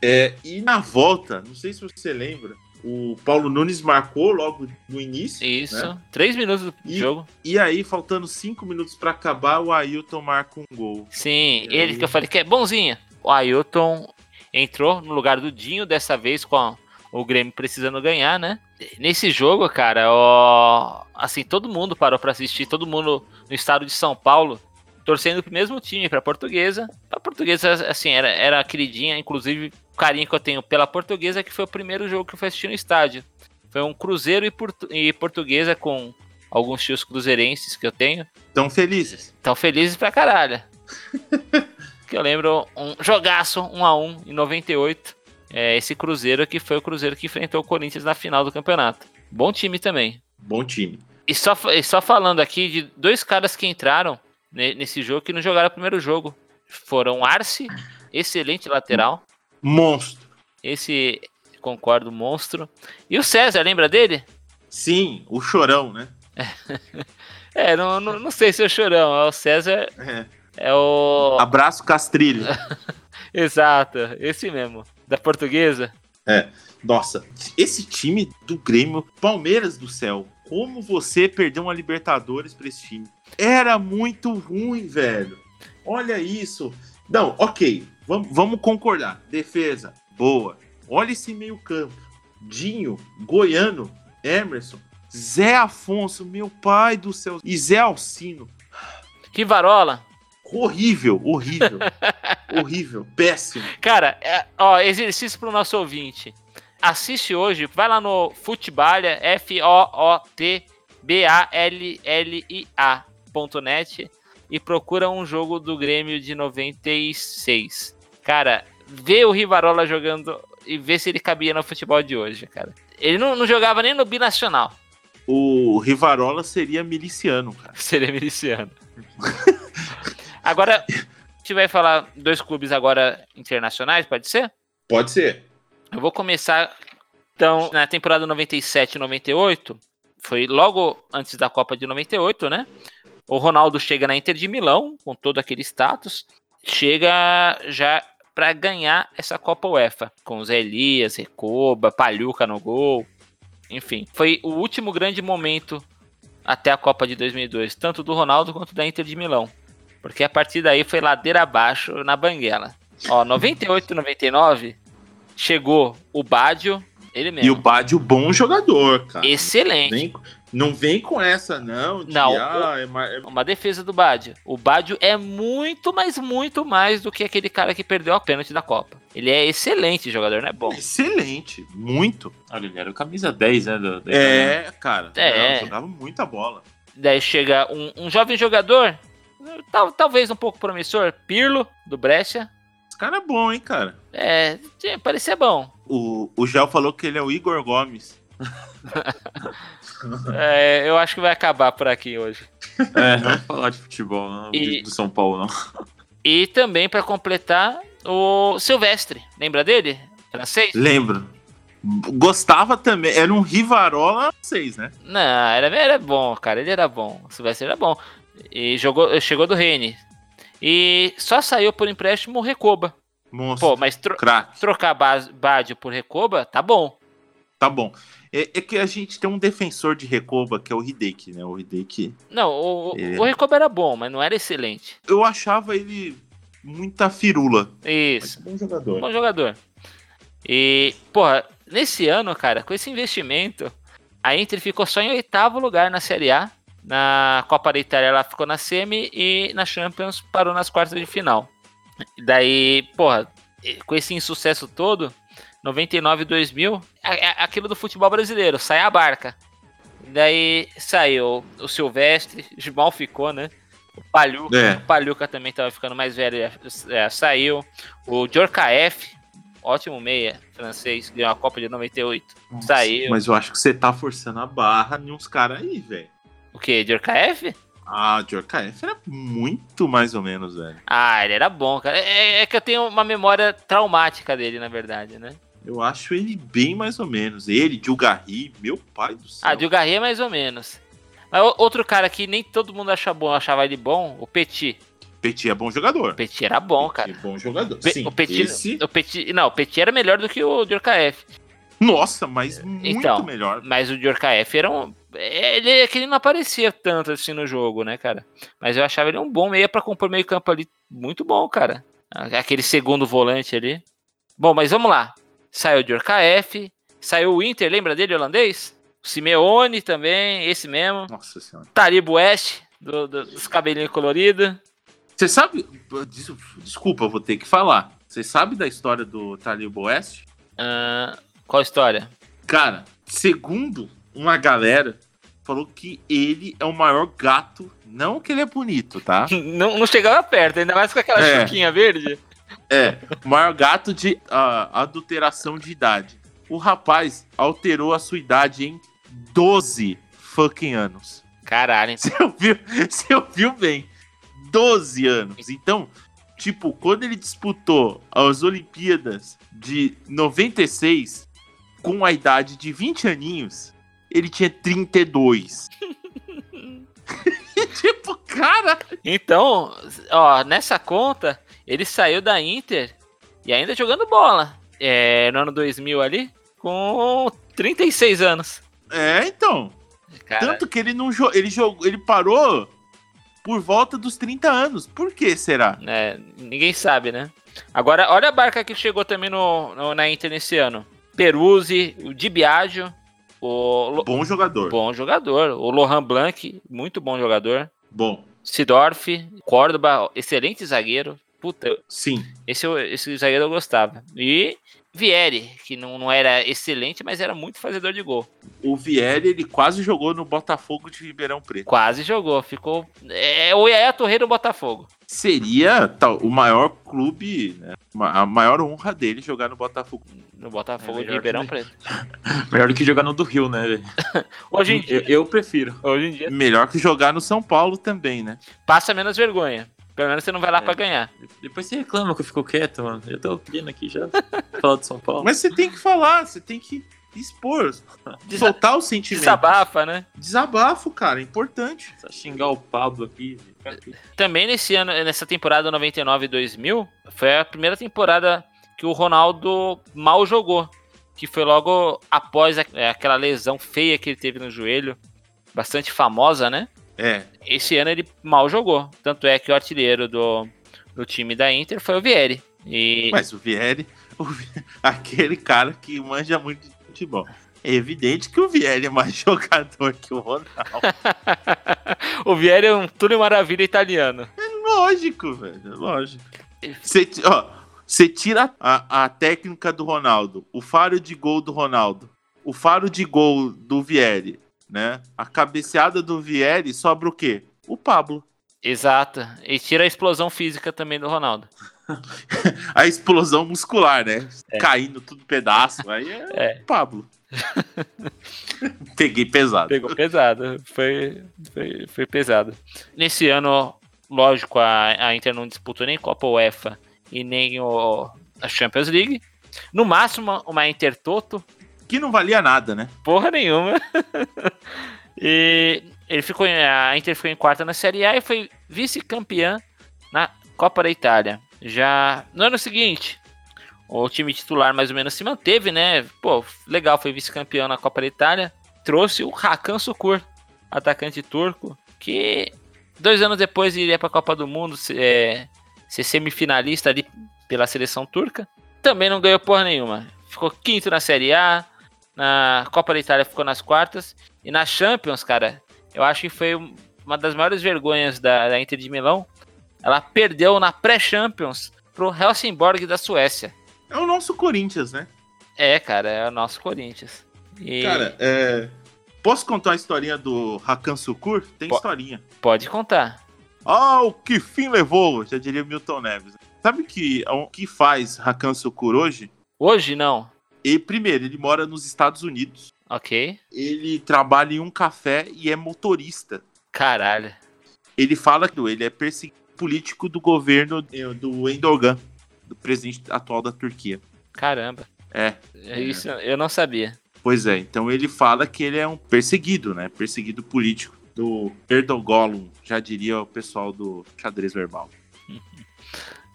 Speaker 5: É, e na volta, não sei se você lembra, o Paulo Nunes marcou logo no início.
Speaker 4: Isso.
Speaker 5: né?
Speaker 4: Três minutos do
Speaker 5: E-
Speaker 4: jogo.
Speaker 5: E aí, faltando cinco minutos pra acabar, o Ailton marca um gol.
Speaker 4: Sim,
Speaker 5: E
Speaker 4: ele
Speaker 5: aí?
Speaker 4: que eu falei que é bonzinho. O Ailton entrou no lugar do Dinho dessa vez com a- o Grêmio precisando ganhar, né? Nesse jogo, cara, ó, assim, todo mundo parou pra assistir, todo mundo no estado de São Paulo torcendo pro mesmo time, pra Portuguesa. A Portuguesa, assim, era, era a queridinha, inclusive o carinho que eu tenho pela Portuguesa, é que foi o primeiro jogo que eu fui assistir no estádio. Foi um Cruzeiro e, Portu- e Portuguesa com alguns tios cruzeirenses que eu tenho.
Speaker 5: Tão felizes.
Speaker 4: Tão felizes pra caralho. que eu lembro um jogaço 1 a 1 em 98. É esse Cruzeiro que foi o Cruzeiro que enfrentou o Corinthians na final do campeonato. Bom time também.
Speaker 5: Bom time.
Speaker 4: E só, fa- e só falando aqui de dois caras que entraram ne- nesse jogo que não jogaram o primeiro jogo. Foram Arce, excelente lateral.
Speaker 5: Monstro.
Speaker 4: Esse, concordo, monstro. E o César, lembra dele?
Speaker 5: Sim, o chorão, né?
Speaker 4: É, não, não, não sei se é o Chorão. É o César,
Speaker 5: É.
Speaker 4: é o...
Speaker 5: Abraço Castrilho.
Speaker 4: Exato, esse mesmo. Da portuguesa.
Speaker 5: Nossa, esse time do Grêmio, Palmeiras do céu, como você perdeu uma Libertadores pra esse time? Era muito ruim, velho. Olha isso. Não, ok, vamos vamos concordar. Defesa, boa. Olha esse meio-campo. Dinho, Goiano, Emerson, Zé Afonso, meu pai do céu, e Zé Alcino.
Speaker 4: Que varola.
Speaker 5: Horrível, horrível, horrível, péssimo.
Speaker 4: Cara, é- ó, exercício pro nosso ouvinte. Assiste hoje, vai lá no Futebalha, F-O-O-T-B-A-L-L-I-A.net e procura um jogo do Grêmio de 96. Cara, vê o Rivarola jogando e vê se ele cabia no futebol de hoje, cara. Ele não, não jogava nem no binacional,
Speaker 5: O Rivarola seria miliciano, cara.
Speaker 4: seria é miliciano. agora, se tiver falar dois clubes agora internacionais, pode ser?
Speaker 5: Pode ser.
Speaker 4: Eu vou começar. Então, na temporada 97 e 98, foi logo antes da Copa de 98, né? O Ronaldo chega na Inter de Milão, com todo aquele status, chega já para ganhar essa Copa UEFA, com Zé Elias, Recoba, Palhuca no gol. Enfim, foi o último grande momento até a Copa de 2002, tanto do Ronaldo quanto da Inter de Milão. Porque a partir daí foi ladeira abaixo na banguela. Ó, 98 e 99 chegou o Badio, ele mesmo.
Speaker 5: E o Badio, bom jogador, cara.
Speaker 4: Excelente.
Speaker 5: Nem- não vem com essa, não. de,
Speaker 4: Não,
Speaker 5: ah, é ma- é-
Speaker 4: Uma defesa do Badio. O Badio é muito, mas muito mais do que aquele cara que perdeu a pênalti da Copa. Ele é excelente jogador, né? Bom.
Speaker 5: excelente. Muito.
Speaker 6: Olha, ele era o camisa 10, né? Do, da Itália.
Speaker 5: É, cara.
Speaker 4: É.
Speaker 5: não, jogava muita bola.
Speaker 4: Daí chega um, um jovem jogador, tal- talvez um pouco promissor, Pirlo, do Brescia.
Speaker 5: Esse cara é bom, hein, cara.
Speaker 4: É, tinha- parecia bom.
Speaker 5: O, o Gel falou que ele é o Igor Gomes.
Speaker 4: É, eu acho que vai acabar por aqui hoje.
Speaker 6: É, não vamos falar de futebol, não.
Speaker 4: E-
Speaker 6: Do São Paulo, não.
Speaker 4: E também, pra completar, o Silvestre. Lembra dele? Francês?
Speaker 5: Lembro. Gostava também. Era um Rivarola 6, né?
Speaker 4: Não, era, era bom, cara. Ele era bom. O Silvestre era bom. E jogou, chegou do Rene. E só saiu por empréstimo o Recoba.
Speaker 5: Monstro.
Speaker 4: Pô, mas tro-
Speaker 5: Craque.
Speaker 4: trocar Bas- Badio por Recoba, tá bom.
Speaker 5: Tá bom. É, é que a gente tem um defensor de Recoba, que é o Hideki, né? O Hideki.
Speaker 4: Não, o, o-
Speaker 5: É.
Speaker 4: o Recoba era bom, mas não era excelente.
Speaker 5: Eu achava ele muita firula.
Speaker 4: Isso.
Speaker 5: Bom jogador.
Speaker 4: Bom jogador. E, porra, nesse ano, cara, com esse investimento, a Inter ficou só em oitavo lugar na Série A. Na Copa da Itália ela ficou na semi e na Champions parou nas quartas de final. Daí, porra, com esse insucesso todo, 99 e 2000, a- a- aquilo do futebol brasileiro, sai a barca. Daí saiu o Silvestre, Gilmão ficou, né? O Palhuca,
Speaker 5: É.
Speaker 4: o Palhuca também tava ficando mais velho, é, saiu. O é, Djorkaeff, ótimo meia francês, ganhou a Copa de 98.
Speaker 5: Nossa,
Speaker 4: Saiu.
Speaker 5: Mas eu acho que você tá forçando a barra em uns caras aí, velho.
Speaker 4: O quê? Djorkaeff?
Speaker 5: Ah, Djorkaeff era muito mais ou menos, velho.
Speaker 4: Ah, ele era bom, cara. É, é que eu tenho uma memória traumática dele, na verdade, né?
Speaker 5: Eu acho ele bem mais ou menos. Ele, Djulgarri, meu pai do céu.
Speaker 4: Ah, Djulgarri é mais ou menos. Mas o- outro cara que nem todo mundo acha bom, achava ele bom, o Petit.
Speaker 5: Petit é bom
Speaker 4: O
Speaker 5: jogador.
Speaker 4: Petit era bom, cara.
Speaker 5: Petit é bom jogador.
Speaker 4: Pe-
Speaker 5: Sim,
Speaker 4: o Petit,
Speaker 5: esse-
Speaker 4: o Petit, não, o Petit era melhor do que o Djorkaeff,
Speaker 5: Nossa, mas muito
Speaker 4: Então.
Speaker 5: melhor.
Speaker 4: mas o Djorkaeff era um ele é que ele não aparecia tanto assim no jogo, né, cara? Mas eu achava ele um bom meia pra compor meio campo ali, muito bom, cara. Aquele segundo volante ali. Bom, mas vamos lá. Saiu o Djorkaeff, saiu o Inter, lembra dele, holandês? O Simeone também, esse mesmo.
Speaker 5: Nossa senhora.
Speaker 4: Talib West, do- do- dos cabelinhos coloridos.
Speaker 5: Você sabe. des- Desculpa, eu vou ter que falar. Você sabe da história do Talib Oeste?
Speaker 4: Ah, qual a história?
Speaker 5: Cara, segundo uma galera, falou que ele é o maior gato. Não que ele é bonito, tá?
Speaker 4: Não, não chegava perto, ainda mais com aquela
Speaker 5: É.
Speaker 4: chuquinha verde.
Speaker 5: É, o maior gato de ah, adulteração de idade. O rapaz alterou a sua idade em 12 fucking anos.
Speaker 4: Caralho,
Speaker 5: Você ouviu, você ouviu bem? 12 anos. Então, tipo, quando ele disputou as Olimpíadas de 96, com a idade de 20 aninhos, ele tinha 32. E, tipo, cara,
Speaker 4: Então, ó, nessa conta, ele saiu da Inter e ainda jogando bola. É, no ano 2000 ali, com 36 anos.
Speaker 5: é, então.
Speaker 4: Cara,
Speaker 5: Tanto que ele não jogou. Ele jogou. Ele parou por volta dos 30 anos. Por que será?
Speaker 4: né, ninguém sabe, né? Agora, olha a barca que chegou também no, no- na Inter nesse ano. Peruzzi, o Di Biagio, o Lo-
Speaker 5: Bom jogador. Bom.
Speaker 4: bom jogador, o Lohan Blanc, muito bom jogador. Sidorf, Córdoba, excelente zagueiro. Puta,
Speaker 5: Sim.
Speaker 4: Esse, eu- esse zagueiro eu gostava. E Vieri, que não, não era excelente, mas era muito fazedor de gol.
Speaker 5: O Vieri, ele quase jogou no Botafogo de Ribeirão Preto.
Speaker 4: Quase jogou, ficou. É o Iaia Torreira do Botafogo.
Speaker 5: Seria tal, o maior clube, né? Ma- A maior honra dele jogar no Botafogo.
Speaker 4: No Botafogo
Speaker 6: É
Speaker 4: de
Speaker 6: melhor
Speaker 4: Ribeirão
Speaker 6: que-
Speaker 4: Preto.
Speaker 6: Melhor do que jogar no do Rio, né, velho?
Speaker 4: Hoje em dia,
Speaker 6: Eu, eu prefiro.
Speaker 4: hoje em dia
Speaker 5: Melhor que jogar no São Paulo também, né?
Speaker 4: passa menos vergonha. Pelo menos você não vai lá
Speaker 6: É.
Speaker 4: pra ganhar.
Speaker 6: Depois você reclama que eu fico quieto, mano. Eu tô pedindo aqui já. Falar de São Paulo.
Speaker 5: Mas você tem que falar, você tem que expor,
Speaker 4: Desa-
Speaker 5: soltar o sentimento.
Speaker 4: Desabafa, né?
Speaker 5: Desabafo, cara, é importante.
Speaker 6: Só xingar o Pablo aqui. velho.
Speaker 4: Também nesse ano, nessa temporada 99 e 2000, foi a primeira temporada que o Ronaldo mal jogou, que foi logo após a- é, aquela lesão feia que ele teve no joelho, bastante famosa, né?
Speaker 5: É,
Speaker 4: Esse ano ele mal jogou, tanto é que o artilheiro do, do time da Inter foi o Vieri. E
Speaker 5: Mas o Vieri, o Vi- aquele cara que manja muito de futebol. É evidente que o Vieri é mais jogador que o Ronaldo.
Speaker 4: o Vieri é um túnel maravilha italiano.
Speaker 5: Lógico, velho. Lógico. Você ti- ó, você tira a, a técnica do Ronaldo, o faro de gol do Ronaldo, o faro de gol do Vieri, né? A cabeceada do Vieri sobra o quê? O Pablo.
Speaker 4: Exato. E tira a explosão física também do Ronaldo.
Speaker 5: A explosão muscular, né?
Speaker 4: É.
Speaker 5: Caindo tudo pedaço. Aí é, o Pablo. Peguei pesado.
Speaker 4: Pegou pesado, foi, foi, foi pesado. Nesse ano, lógico, a, a Inter não disputou nem Copa UEFA e nem o, a Champions League. No máximo, uma, uma Inter Toto,
Speaker 5: Que não valia nada, né?
Speaker 4: porra nenhuma. e ele ficou, em- a Inter ficou em quarta na Série A e foi vice-campeã na Copa da Itália. Já no ano seguinte, o time titular mais ou menos se manteve, né? Pô, legal, foi vice-campeão na Copa da Itália. Trouxe o Hakan Sukur, atacante turco, que dois anos depois iria para a Copa do Mundo se- é, ser semifinalista ali pela seleção turca. Também não ganhou porra nenhuma. Ficou quinto na Série A, na Copa da Itália ficou nas quartas. E na Champions, cara, eu acho que foi um- uma das maiores vergonhas da, da Inter de Milão. Ela perdeu na pré-Champions pro Helsingborg da Suécia.
Speaker 5: É o nosso Corinthians, né?
Speaker 4: É, cara, é o nosso Corinthians. E
Speaker 5: Cara, é, posso contar a historinha do Hakan Sukur? Tem
Speaker 4: Po-
Speaker 5: historinha.
Speaker 4: pode contar.
Speaker 5: Ah, o que fim levou, já diria Milton Neves. Sabe que, o que faz Hakan Sukur hoje?
Speaker 4: Hoje não.
Speaker 5: E primeiro, ele mora nos Estados Unidos.
Speaker 4: Ok.
Speaker 5: Ele trabalha em um café e é motorista.
Speaker 4: Caralho.
Speaker 5: Ele fala que ele é perseguido político do governo eh, do Endogan, do presidente atual da Turquia.
Speaker 4: Caramba.
Speaker 5: É,
Speaker 4: É Isso eu não sabia.
Speaker 5: pois é. Então ele fala que ele é um perseguido, né? Perseguido político do Erdogolum, já diria o pessoal do xadrez verbal.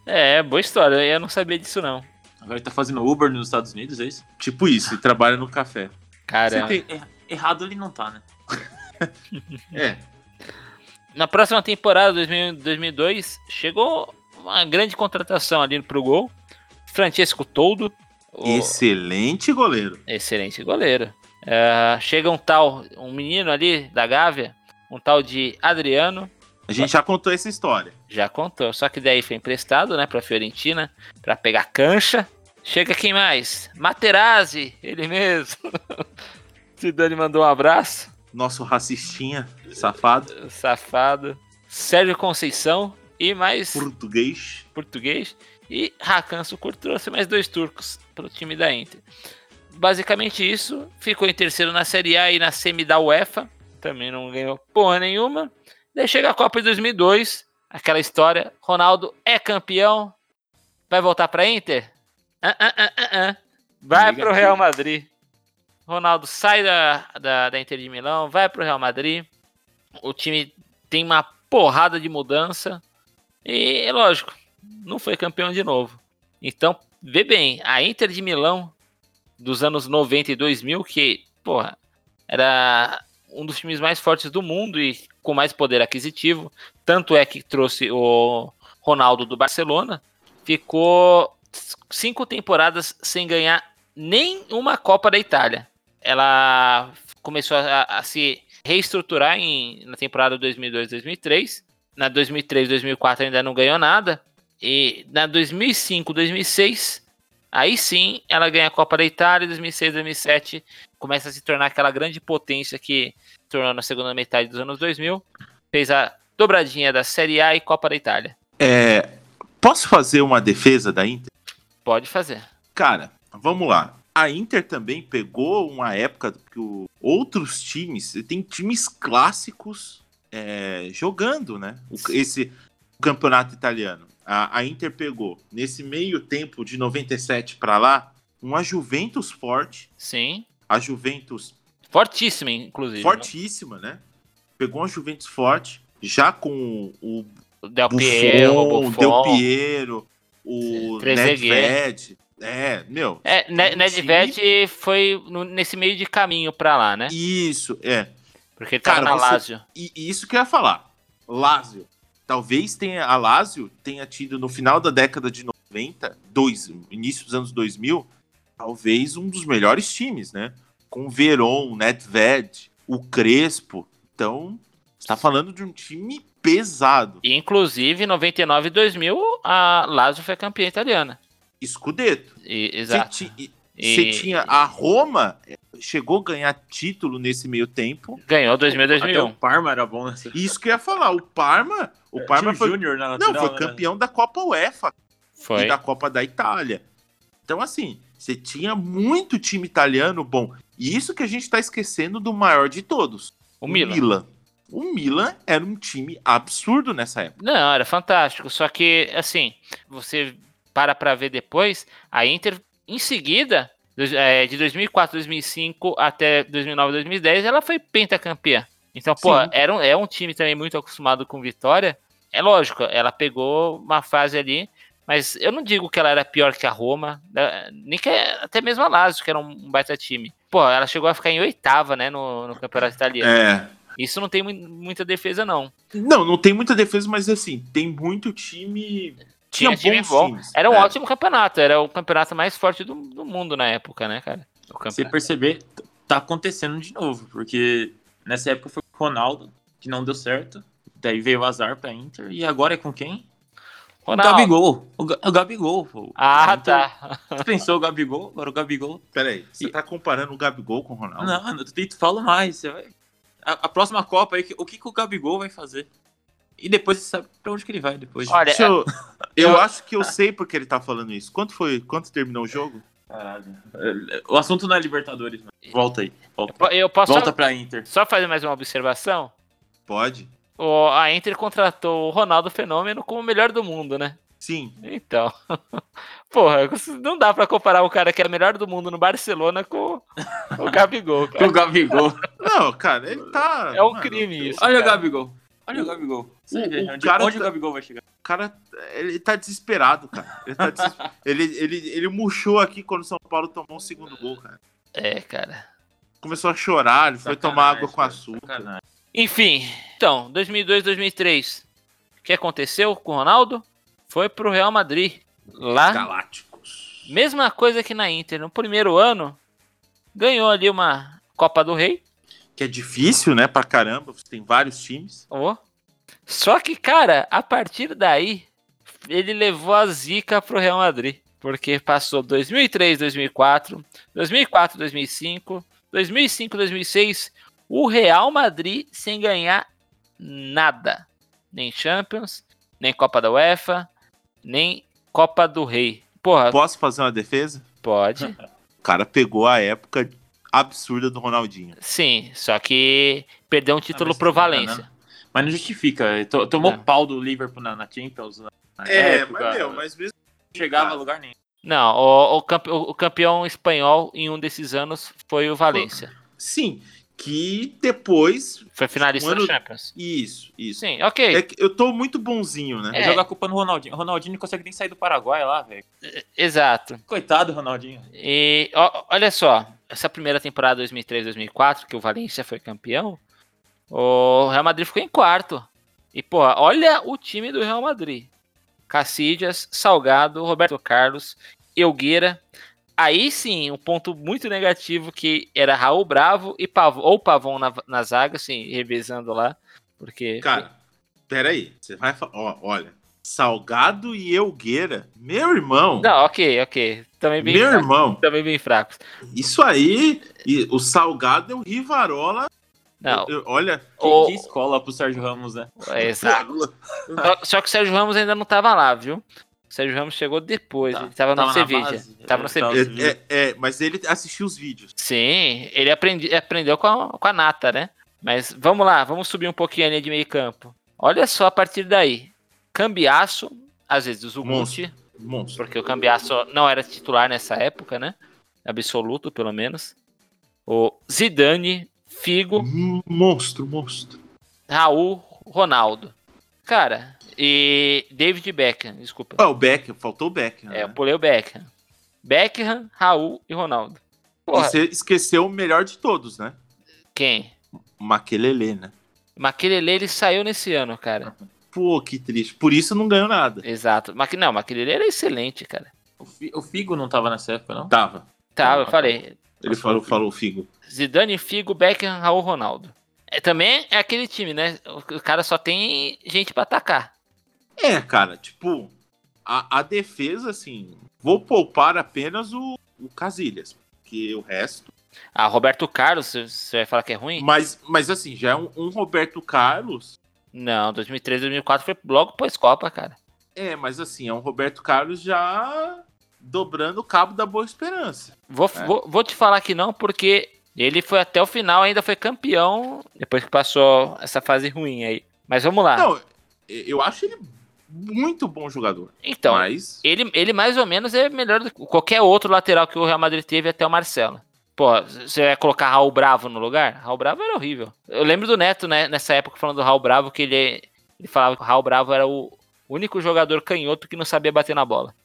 Speaker 4: É, boa história. Eu não sabia disso, não.
Speaker 6: Agora ele tá fazendo Uber nos Estados Unidos, é isso?
Speaker 5: Tipo isso, e trabalha no café.
Speaker 4: Caramba.
Speaker 6: Você tem- er- Errado ele não tá, né?
Speaker 5: É,
Speaker 4: Na próxima temporada, 2000 2002, chegou uma grande contratação ali pro gol. Francesco Toldo. o-
Speaker 5: excelente goleiro.
Speaker 4: Excelente goleiro. É, chega um tal, um menino ali da Gávea, um tal de Adriano,
Speaker 5: A gente já contou essa história.
Speaker 4: já contou. Só que daí foi emprestado, né, pra Fiorentina, pra pegar cancha. Chega quem mais? Materazzi, ele mesmo. Zidane mandou um abraço,
Speaker 5: Nosso racistinha, safado,
Speaker 4: É. safado. Sérgio Conceição e mais
Speaker 5: português.
Speaker 4: português. E Hakan Sukur trouxe mais dois turcos pro time da Inter. Basicamente isso. Ficou em terceiro na Série A e na semi da UEFA. Também não ganhou porra nenhuma. Daí chega a Copa de 2002. Aquela história. Ronaldo é campeão. Vai voltar pra Inter? Ah, ah, ah, ah, ah. Vai
Speaker 5: Liga
Speaker 4: pro
Speaker 5: aqui.
Speaker 4: Real Madrid. Ronaldo sai da, da, da Inter de Milão, vai pro Real Madrid. O time tem uma porrada de mudança. E é lógico, não foi campeão de novo. Então, vê bem, a Inter de Milão dos anos 90 e 2000, que, porra, era um dos times mais fortes do mundo e com mais poder aquisitivo, tanto é que trouxe o Ronaldo do Barcelona, ficou cinco temporadas sem ganhar nem uma Copa da Itália. Ela começou a, a se reestruturar em, na temporada 2002-2003. Na 2003-2004 ainda não ganhou nada. E na 2005, 2006, aí sim ela ganha a Copa da Itália. Em 2006, 2007 começa a se tornar aquela grande potência que se tornou na segunda metade dos anos 2000. Fez a dobradinha da Série A e Copa da Itália.
Speaker 5: É, posso fazer uma defesa da Inter?
Speaker 4: Pode fazer.
Speaker 5: Cara, vamos lá. A Inter também pegou uma época que o- outros times, tem times clássicos é, jogando, né? O- esse campeonato italiano. A, a Inter pegou, nesse meio tempo de 97 pra lá, uma Juventus forte,
Speaker 4: Sim.
Speaker 5: a Juventus
Speaker 4: Fortíssima, inclusive.
Speaker 5: fortíssima, né? Pegou uma Juventus forte, já com o
Speaker 4: O Del
Speaker 5: Buffon,
Speaker 4: Piero,
Speaker 5: Del
Speaker 4: Buffon.
Speaker 5: Piero, o
Speaker 4: Trezeguet.
Speaker 5: Nedved. É, meu,
Speaker 4: É, Ne-
Speaker 5: Um
Speaker 4: Nedved foi no- nesse meio de caminho pra lá, né?
Speaker 5: isso, é.
Speaker 4: Porque ele tava
Speaker 5: Cara,
Speaker 4: na
Speaker 5: você-
Speaker 4: Lazio.
Speaker 5: E e isso que eu ia falar. Lazio. Talvez tenha, a Lazio tenha tido no final da década de 90, dois, início dos anos 2000, talvez um dos melhores times, né? Com Veron, Nedved, o Crespo. Então, está falando de um time pesado.
Speaker 4: E, inclusive, em 99 e 2000, a Lazio foi campeã italiana.
Speaker 5: Escudeto.
Speaker 4: E-
Speaker 5: Você
Speaker 4: exato.
Speaker 5: ti- e-
Speaker 4: E-
Speaker 5: você tinha a Roma eh, chegou a ganhar título nesse meio tempo.
Speaker 4: Ganhou 2000 e
Speaker 6: Até
Speaker 4: 2001.
Speaker 6: o Parma era bom né? nessa.
Speaker 5: E Isso que eu ia falar, o Parma, o Parma
Speaker 6: É, Tinha o
Speaker 5: foi,
Speaker 6: Júnior na
Speaker 5: não,
Speaker 6: lateral,
Speaker 5: foi
Speaker 6: né?
Speaker 5: campeão da Copa UEFA e
Speaker 4: Foi.
Speaker 5: da Copa da Itália. Então assim, você tinha muito time italiano bom. E isso que a gente tá esquecendo do maior de todos,
Speaker 4: O Milan.
Speaker 5: O Milan era um time absurdo nessa época.
Speaker 4: Não, era fantástico. Só que, assim, você para pra ver depois, a Inter, em seguida, dois- eh, de 2004, 2005 até 2009, 2010, ela foi pentacampeã. Então, pô,
Speaker 5: Sim.
Speaker 4: era um, é um time também muito acostumado com vitória. É lógico, ela pegou uma fase ali, mas eu não digo que ela era pior que a Roma, né, nem que até mesmo a Lazio, que era um baita time. Pô, ela chegou a ficar em oitava, né, no, no campeonato italiano.
Speaker 5: É,
Speaker 4: Isso não tem mu- muita defesa, não.
Speaker 5: não, não tem muita defesa, mas assim, tem muito time tinha,
Speaker 4: Tinha time
Speaker 5: bons
Speaker 4: bom.
Speaker 5: times.
Speaker 4: Era um
Speaker 5: É.
Speaker 4: ótimo campeonato, era o campeonato mais forte do, do mundo na época, né, cara? O
Speaker 6: Você
Speaker 4: campeonato.
Speaker 6: perceber, t- tá acontecendo de novo, porque nessa época foi com o Ronaldo, que não deu certo. Daí veio o azar pra Inter. E agora é com quem?
Speaker 5: Então,
Speaker 6: O
Speaker 4: Ronaldo.
Speaker 6: Gabigol. O, Ga- o Gabigol, pô. A
Speaker 4: Ah,
Speaker 6: Inter
Speaker 4: tá.
Speaker 6: Dispensou o Gabigol, agora o Gabigol.
Speaker 5: Peraí, você tá comparando o Gabigol com o Ronaldo?
Speaker 6: Não, eu te falo mais. Você vai... a, a próxima Copa aí, que- o que, que o Gabigol vai fazer? E depois você sabe pra onde que ele vai depois.
Speaker 4: Olha, é-
Speaker 5: Deixa eu,
Speaker 4: eu-
Speaker 5: eu acho que eu sei porque ele tá falando isso. Quanto foi? Quanto terminou o jogo?
Speaker 6: Caralho. O assunto não é Libertadores, mano. Volta aí. Volta,
Speaker 4: Eu posso
Speaker 6: volta
Speaker 4: só,
Speaker 6: pra Inter.
Speaker 4: só fazer mais uma observação?
Speaker 5: Pode?
Speaker 4: O- a Inter contratou o Ronaldo Fenômeno como o melhor do mundo, né?
Speaker 5: Sim.
Speaker 4: Então, porra, não dá pra comparar o cara que é o melhor do mundo no Barcelona com o Gabigol,
Speaker 6: O
Speaker 4: cara.
Speaker 6: Gabigol.
Speaker 5: Não, cara, ele tá.
Speaker 4: É um
Speaker 5: mano,
Speaker 4: crime isso.
Speaker 6: Olha o
Speaker 4: cara.
Speaker 6: Gabigol. Olha o Gabigol. Você
Speaker 5: o
Speaker 6: vê onde
Speaker 5: cara
Speaker 6: onde
Speaker 5: tá-
Speaker 6: o Gabigol vai chegar?
Speaker 5: O cara, ele tá desesperado, cara. Ele, tá deses- ele, ele, ele murchou aqui quando o São Paulo tomou o segundo gol, cara.
Speaker 4: É, cara.
Speaker 5: Começou a chorar, ele foi
Speaker 6: Sacanagem,
Speaker 5: tomar água com
Speaker 6: cara,
Speaker 5: açúcar.
Speaker 6: sacanagem.
Speaker 4: Enfim, então, 2002, 2003. O que aconteceu com o Ronaldo? Foi pro Real Madrid. Lá.
Speaker 5: né? Galácticos.
Speaker 4: Mesma coisa que na Inter. No primeiro ano, ganhou ali uma Copa do Rei.
Speaker 5: Que é difícil, né, pra caramba. Você tem vários times.
Speaker 4: Ó. Só que, cara, a partir daí, ele levou a zica pro Real Madrid. Porque passou 2003, 2004, 2004, 2005, 2005, 2006. O Real Madrid sem ganhar nada. Nem Champions, nem Copa da UEFA, nem Copa do Rei. Porra,
Speaker 5: Posso fazer uma defesa?
Speaker 4: pode.
Speaker 5: O cara pegou a época absurda do Ronaldinho.
Speaker 4: Sim, só que perdeu um título
Speaker 6: mas
Speaker 4: pro
Speaker 6: não dá,
Speaker 4: Valência.
Speaker 6: né? Mas não justifica. to- Tomou
Speaker 4: É.
Speaker 6: pau do Liverpool na, na Champions. na- na É, época.
Speaker 5: É, mas mesmo. assim,
Speaker 6: Não chegava a
Speaker 5: cara.
Speaker 6: lugar nenhum.
Speaker 4: Não, o, o campe- o campeão espanhol em um desses anos foi o Valência.
Speaker 5: Sim, que depois.
Speaker 4: Foi finalista
Speaker 5: Um ano-
Speaker 4: da Champions.
Speaker 5: Isso, isso.
Speaker 4: Sim, ok.
Speaker 5: É que eu tô muito bonzinho, né?
Speaker 4: É.
Speaker 6: É. Jogar a culpa no Ronaldinho. O Ronaldinho não consegue nem sair do Paraguai lá, velho.
Speaker 4: Exato.
Speaker 6: Coitado, do Ronaldinho.
Speaker 4: E ó, olha só, essa primeira temporada 2003-2004, que o Valência foi campeão, o Real Madrid ficou em quarto. E, porra, olha o time do Real Madrid. Cacídias, Salgado, Roberto Carlos, Elgueira. Aí sim, um ponto muito negativo que era Raul Bravo e Pavon, ou Pavon na, na zaga, assim, revezando lá. Porque.
Speaker 5: Cara, peraí. Você vai falar. Ó, olha. Salgado e Elgueira. Meu irmão.
Speaker 4: Não, é ok, ok. Também bem,
Speaker 5: Meu
Speaker 4: fracos,
Speaker 5: irmão.
Speaker 4: também bem fracos.
Speaker 5: Isso aí. e o Salgado é o Rivarola.
Speaker 4: Não,
Speaker 5: Eu- eu- olha.
Speaker 6: Que,
Speaker 4: O-
Speaker 6: que escola pro Sérgio Ramos, né?
Speaker 4: é exato. Só, só que o Sérgio Ramos ainda não tava lá, viu? O Sérgio Ramos chegou depois,
Speaker 6: Tá,
Speaker 4: ele tava,
Speaker 6: tava
Speaker 4: no
Speaker 6: na
Speaker 4: Sevilla.
Speaker 6: base,
Speaker 4: Tava no
Speaker 6: é,
Speaker 4: Sevilla.
Speaker 6: tava-
Speaker 5: É, é- é, mas ele assistiu os vídeos.
Speaker 4: Sim, ele aprendi, aprendeu com a, com a Nata, né? Mas vamos lá, vamos subir um pouquinho a linha de meio campo. Olha só a partir daí. Cambiaço, às vezes o
Speaker 5: Monstro.
Speaker 4: Zuguti,
Speaker 5: Monstro.
Speaker 4: porque o Cambiaço não era titular nessa época, né? Absoluto, pelo menos. O Zidane, Figo,
Speaker 5: Monstro, monstro.
Speaker 4: Raul, Ronaldo. Cara, e David Beckham, desculpa.
Speaker 5: Ah, o Beckham. Faltou o Beckham.
Speaker 4: É, eu
Speaker 5: né?
Speaker 4: pulei o Beckham. Beckham, Raul e Ronaldo.
Speaker 5: E
Speaker 4: Porra,
Speaker 5: você esqueceu o melhor de todos, né?
Speaker 4: quem?
Speaker 5: O Maquelele, né?
Speaker 4: Maquilele ele saiu nesse ano, cara.
Speaker 5: Pô, que triste. Por isso não ganhou nada.
Speaker 4: Exato. Maqui... Não, Maquilele era excelente, cara.
Speaker 6: O Fi- O Figo não tava nessa época, não?
Speaker 5: Tava.
Speaker 4: Tá, eu falei.
Speaker 5: Ele falou, falou, Figo.
Speaker 4: Zidane, Figo, Beckham, Raul, Ronaldo. É, também é aquele time, né? O o cara só tem gente pra atacar.
Speaker 5: É, cara, tipo, a, a defesa, assim, vou poupar apenas o, o Casilhas, porque o resto.
Speaker 4: Ah, Roberto Carlos, você- você vai falar que é ruim?
Speaker 5: Mas, mas assim, já é um, um Roberto Carlos.
Speaker 4: Não, 2003, 2004 foi logo pós-Copa, cara.
Speaker 5: É, mas assim, é um Roberto Carlos já dobrando o cabo da Boa Esperança.
Speaker 4: Vou,
Speaker 5: É.
Speaker 4: vou, vou te falar que não, porque ele foi até o final, ainda foi campeão, depois que passou essa fase ruim aí. Mas vamos lá.
Speaker 5: Não, e- eu acho ele muito bom jogador.
Speaker 4: então,
Speaker 5: mas.
Speaker 4: ele, ele mais ou menos é melhor do que qualquer outro lateral que o Real Madrid teve até o Marcelo. Pô, você vai colocar Raul Bravo no lugar? Raul Bravo era horrível. Eu lembro do Neto, né, nessa época, falando do Raul Bravo, que ele, ele falava que o Raul Bravo era o único jogador canhoto que não sabia bater na bola.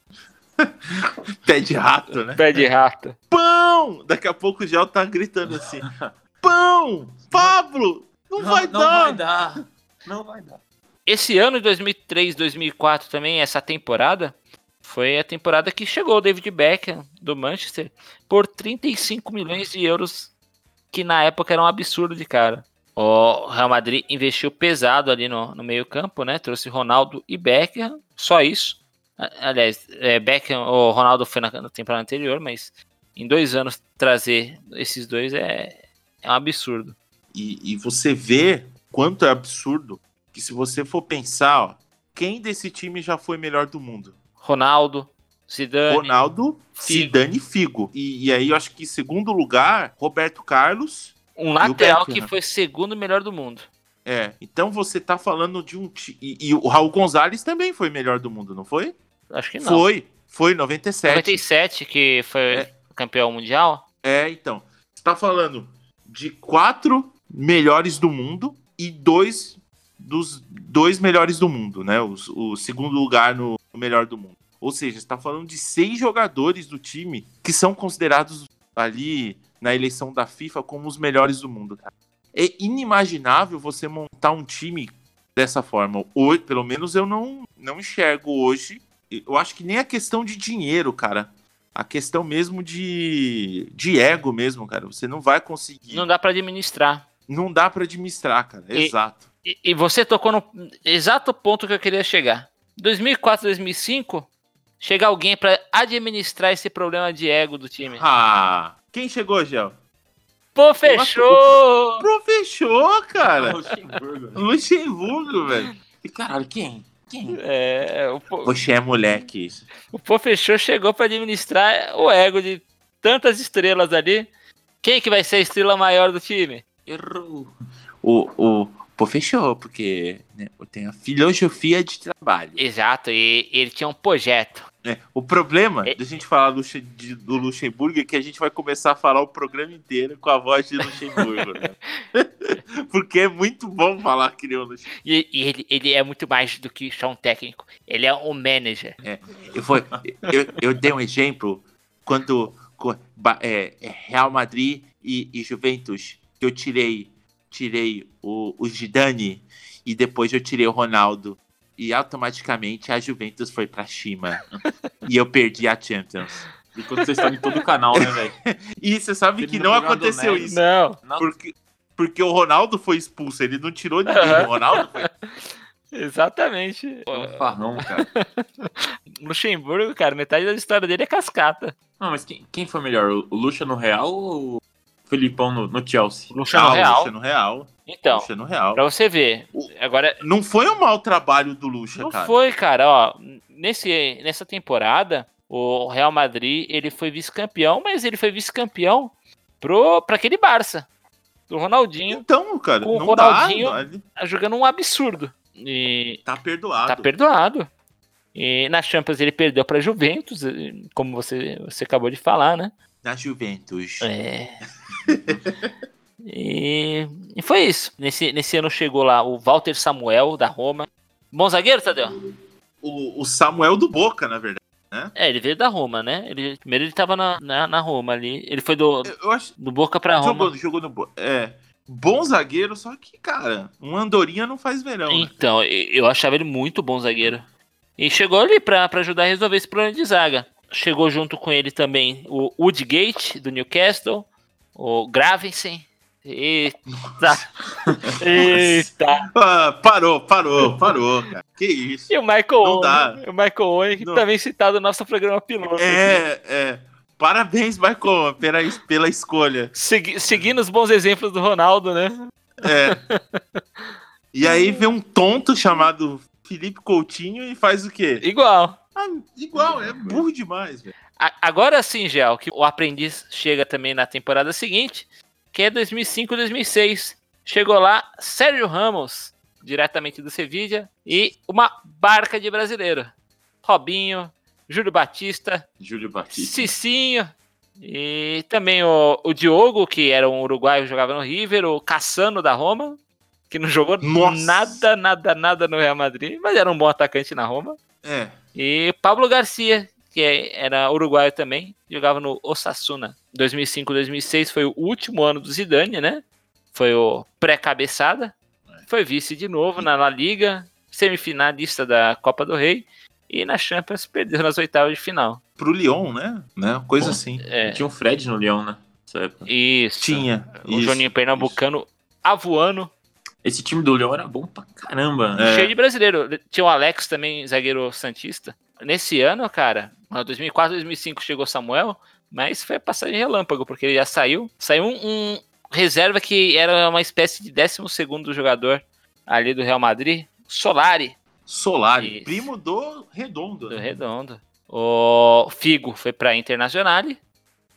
Speaker 5: Pé de rato, né?
Speaker 4: Pé de rato.
Speaker 5: Pão! Daqui a pouco o Gel tá gritando assim: Pão! Pablo! Não, vai
Speaker 6: não
Speaker 5: dar!
Speaker 6: vai dar. Não vai dar.
Speaker 4: Esse ano de 2003, 2004 também, essa temporada, foi a temporada que chegou o David Beckham do Manchester por 35 milhões de euros, que na época era um absurdo de cara. O Real Madrid investiu pesado ali no, no meio campo, né? Trouxe Ronaldo e Beckham, só isso. A- Aliás, é, Beckham, o Ronaldo foi na, na temporada anterior, mas em dois anos trazer esses dois é, é um absurdo.
Speaker 5: E, e você vê quanto é absurdo que se você for pensar, ó, quem desse time já foi melhor do mundo?
Speaker 4: Ronaldo, Zidane.
Speaker 5: Ronaldo,
Speaker 4: Figo.
Speaker 5: Zidane e Figo. E, e aí eu acho que em segundo lugar, Roberto Carlos.
Speaker 4: Um lateral que
Speaker 5: Beckham.
Speaker 4: foi segundo melhor do mundo.
Speaker 5: É, então você tá falando de um. ti- E, e o Raul Gonzalez também foi melhor do mundo, não foi?
Speaker 4: Acho que não.
Speaker 5: Foi, foi 97.
Speaker 4: 97, que foi
Speaker 5: É.
Speaker 4: campeão mundial.
Speaker 5: É, então. Você tá falando de quatro melhores do mundo e dois dos dois melhores do mundo, né? Os- O, segundo lugar no melhor do mundo. Ou seja, você tá falando de seis jogadores do time que são considerados ali na eleição da FIFA como os melhores do mundo. cara. É inimaginável você montar um time dessa forma. Hoje, pelo menos eu não, não enxergo hoje. Eu acho que nem a questão de dinheiro, cara a questão mesmo de, de ego mesmo, cara. Você não vai conseguir.
Speaker 4: Não
Speaker 5: Não,
Speaker 4: dá pra administrar.
Speaker 5: dá pra administrar, cara.
Speaker 4: E-
Speaker 5: Exato.
Speaker 4: E, e você tocou no exato ponto que eu queria chegar. 2004, 2005, chega alguém pra administrar esse problema de ego do time.
Speaker 5: Ah, quem chegou, Gel?
Speaker 4: Pô,
Speaker 5: fechou!
Speaker 4: fechou!
Speaker 5: Professor, cara.
Speaker 6: É Luxemburgo. né?
Speaker 5: Luxemburgo, velho.
Speaker 6: E caralho, quem? Quem?
Speaker 4: É, o, Pô-
Speaker 5: Você é moleque.
Speaker 4: o Pô fechou chegou pra administrar o ego de tantas estrelas ali. Quem que vai ser a estrela maior do time?
Speaker 6: Errou.
Speaker 5: O, o pô, fechou, porque né, eu tenho a filosofia de trabalho.
Speaker 4: Exato, e ele tinha um projeto.
Speaker 5: né? O problema
Speaker 4: E-
Speaker 5: da gente falar do, Luxe- de- do Luxemburgo é que a gente vai começar a falar o programa inteiro com a voz de Luxemburgo. né? porque é muito bom falar que nem o Luxemburgo.
Speaker 4: E, e ele, ele é muito mais do que só um técnico. Ele é um manager.
Speaker 5: Eu, vou, eu, eu dei um exemplo quando co- Ba- é, é Real Madrid e, e Juventus, que eu tirei, tirei o, o Zidane e depois eu tirei o Ronaldo. E automaticamente a Juventus foi pra cima. e eu perdi a Champions.
Speaker 6: Enquanto vocês estão em todo o canal, né, velho?
Speaker 5: E você sabe
Speaker 6: Ele
Speaker 5: que
Speaker 6: não
Speaker 5: não
Speaker 6: pegou a
Speaker 5: aconteceu
Speaker 6: Donelli.
Speaker 5: isso.
Speaker 4: Não.
Speaker 6: Não.
Speaker 5: Porque, porque o Ronaldo foi expulso, ele não tirou ninguém.
Speaker 4: Aham.
Speaker 5: O Ronaldo foi.
Speaker 4: Exatamente.
Speaker 6: É um farrão, cara.
Speaker 4: Luxemburgo, cara, metade da história dele é cascata.
Speaker 6: Não, mas quem, quem foi melhor? O Luxa no Real ou o Felipão no, no Chelsea?
Speaker 4: Luxemburgo
Speaker 5: Ah, o
Speaker 4: Real.
Speaker 5: Luciano Real.
Speaker 4: Então,
Speaker 5: Luciano Real.
Speaker 4: pra você ver,
Speaker 5: O-
Speaker 4: agora
Speaker 5: Não foi um mau trabalho do Lucha,
Speaker 4: não
Speaker 5: cara.
Speaker 4: foi, cara, ó, nesse nessa temporada, o Real Madrid, ele foi vice-campeão, mas ele foi vice-campeão pro para aquele Barça, do Ronaldinho,
Speaker 5: Então, cara,
Speaker 4: O
Speaker 5: não
Speaker 4: Ronaldinho-
Speaker 5: dá. ele
Speaker 4: jogando um absurdo. E
Speaker 5: Tá perdoado.
Speaker 4: tá perdoado. E na Champions ele perdeu pra Juventus, e- como você, você acabou de falar, né?
Speaker 5: Na Juventus.
Speaker 4: É. e, e foi isso. Nesse, nesse ano chegou lá o Walter Samuel, da Roma. Bom zagueiro, Tadeu?
Speaker 5: O, o Samuel do Boca, na verdade.
Speaker 4: É, ele veio da Roma, né? Ele, primeiro ele tava na, na, na Roma ali. Ele foi do,
Speaker 5: Eu, eu acho
Speaker 4: do Boca pra Roma.
Speaker 5: jogou, jogou no Boca. É. Bom zagueiro, só que, cara, um Andorinha não faz verão. né?
Speaker 4: Então, e- eu achava ele muito bom zagueiro. E chegou ali pra, pra ajudar a resolver esse problema de zaga. Chegou junto com ele também o Woodgate, do Newcastle, o Gravensen. Eita! Eita!
Speaker 5: Ah, parou, parou, parou, cara. Que isso.
Speaker 4: E o Michael
Speaker 5: Não dá.
Speaker 4: Owen. né? O Michael Owen, que
Speaker 5: Não.
Speaker 4: também citado no nosso programa piloto.
Speaker 5: É, é. Parabéns, Michael, pela, pela escolha.
Speaker 4: Segui- seguindo os bons exemplos do Ronaldo, né?
Speaker 5: É. E aí vem um tonto chamado Felipe Coutinho e faz o quê?
Speaker 4: Igual.
Speaker 5: Ah, igual, é burro demais, velho.
Speaker 4: A- agora sim, Gel, que o aprendiz chega também na temporada seguinte, que é 2005, 2006. Chegou lá Sérgio Ramos, diretamente do Sevilla, e uma barca de brasileiro. Robinho, Júlio Batista,
Speaker 6: Júlio Batista.
Speaker 4: Cicinho. E também o, o Diogo, que era um uruguaio que jogava no River, o Cassano da Roma, que não jogou
Speaker 5: Nossa.
Speaker 4: nada, nada, nada no Real Madrid, mas era um bom atacante na Roma.
Speaker 5: É.
Speaker 4: E Pablo Garcia, que é- era uruguaio também, jogava no Osasuna. 2005, 2006 foi o último ano do Zidane, né? Foi o pré-cabeçada. Foi vice de novo na La Liga, semifinalista da Copa do Rei. E na Champions perdeu nas oitavas de final.
Speaker 5: Pro Lyon, né? né? Coisa assim.
Speaker 4: É,
Speaker 6: Tinha um Fred no Leão, né? Nessa época.
Speaker 4: isso.
Speaker 5: Tinha.
Speaker 4: O
Speaker 5: isso.
Speaker 4: Joninho Pernambucano avoando,
Speaker 6: Esse time do Leão era bom pra caramba. né?
Speaker 5: É.
Speaker 4: cheio de brasileiro. Tinha o Alex também, zagueiro santista. Nesse ano, cara, 2004, 2005 chegou Samuel, mas foi passagem relâmpago, porque ele já saiu. Saiu um, um reserva que era uma espécie de 12 jogador ali do Real Madrid, Solari,
Speaker 5: Solari,
Speaker 4: Isso.
Speaker 5: primo do Redondo.
Speaker 4: do
Speaker 5: né?
Speaker 4: Redondo. O Figo foi para Internacional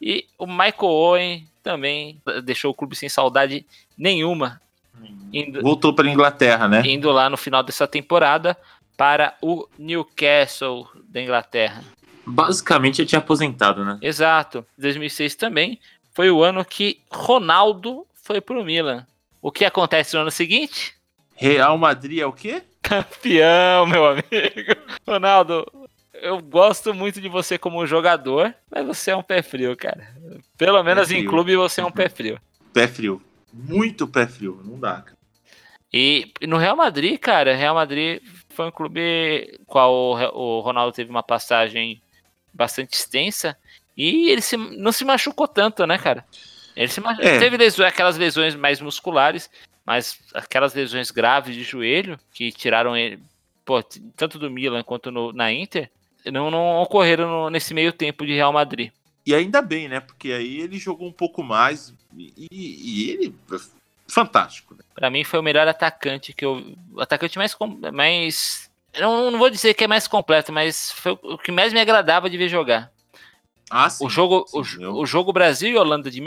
Speaker 4: e o Michael Owen também deixou o clube sem saudade nenhuma.
Speaker 5: Indo, Voltou para Inglaterra, né?
Speaker 4: Indo lá no final dessa temporada para o Newcastle da Inglaterra.
Speaker 6: Basicamente ele tinha aposentado, né?
Speaker 4: Exato. 2006 também foi o ano que Ronaldo foi pro Milan. O que acontece no ano seguinte?
Speaker 5: Real Madrid é o quê?
Speaker 4: Campeão, meu amigo. Ronaldo, eu gosto muito de você como jogador, mas você é um pé frio, cara. Pelo menos em clube você é um pé frio.
Speaker 5: Pé frio. Muito pé frio, não dá, cara.
Speaker 4: E no Real Madrid, cara, Real Madrid foi um clube qual o Ronaldo teve uma passagem bastante extensa e ele se, não se machucou tanto, né, cara? Ele se machucou, é. teve lesões, aquelas lesões mais musculares, mas aquelas lesões graves de joelho que tiraram ele, pô, tanto do Milan quanto no, na Inter, não, não ocorreram no, nesse meio tempo de Real Madrid.
Speaker 5: E ainda bem, né? Porque aí ele jogou um pouco mais e, e ele fantástico. Né?
Speaker 4: Para mim foi o melhor atacante que eu, atacante mais mais não, não vou dizer que é mais completo, mas foi o que mais me agradava de ver jogar.
Speaker 5: Ah, sim,
Speaker 4: o jogo
Speaker 5: sim,
Speaker 4: o, sim. o, jogo Brasil e Holanda de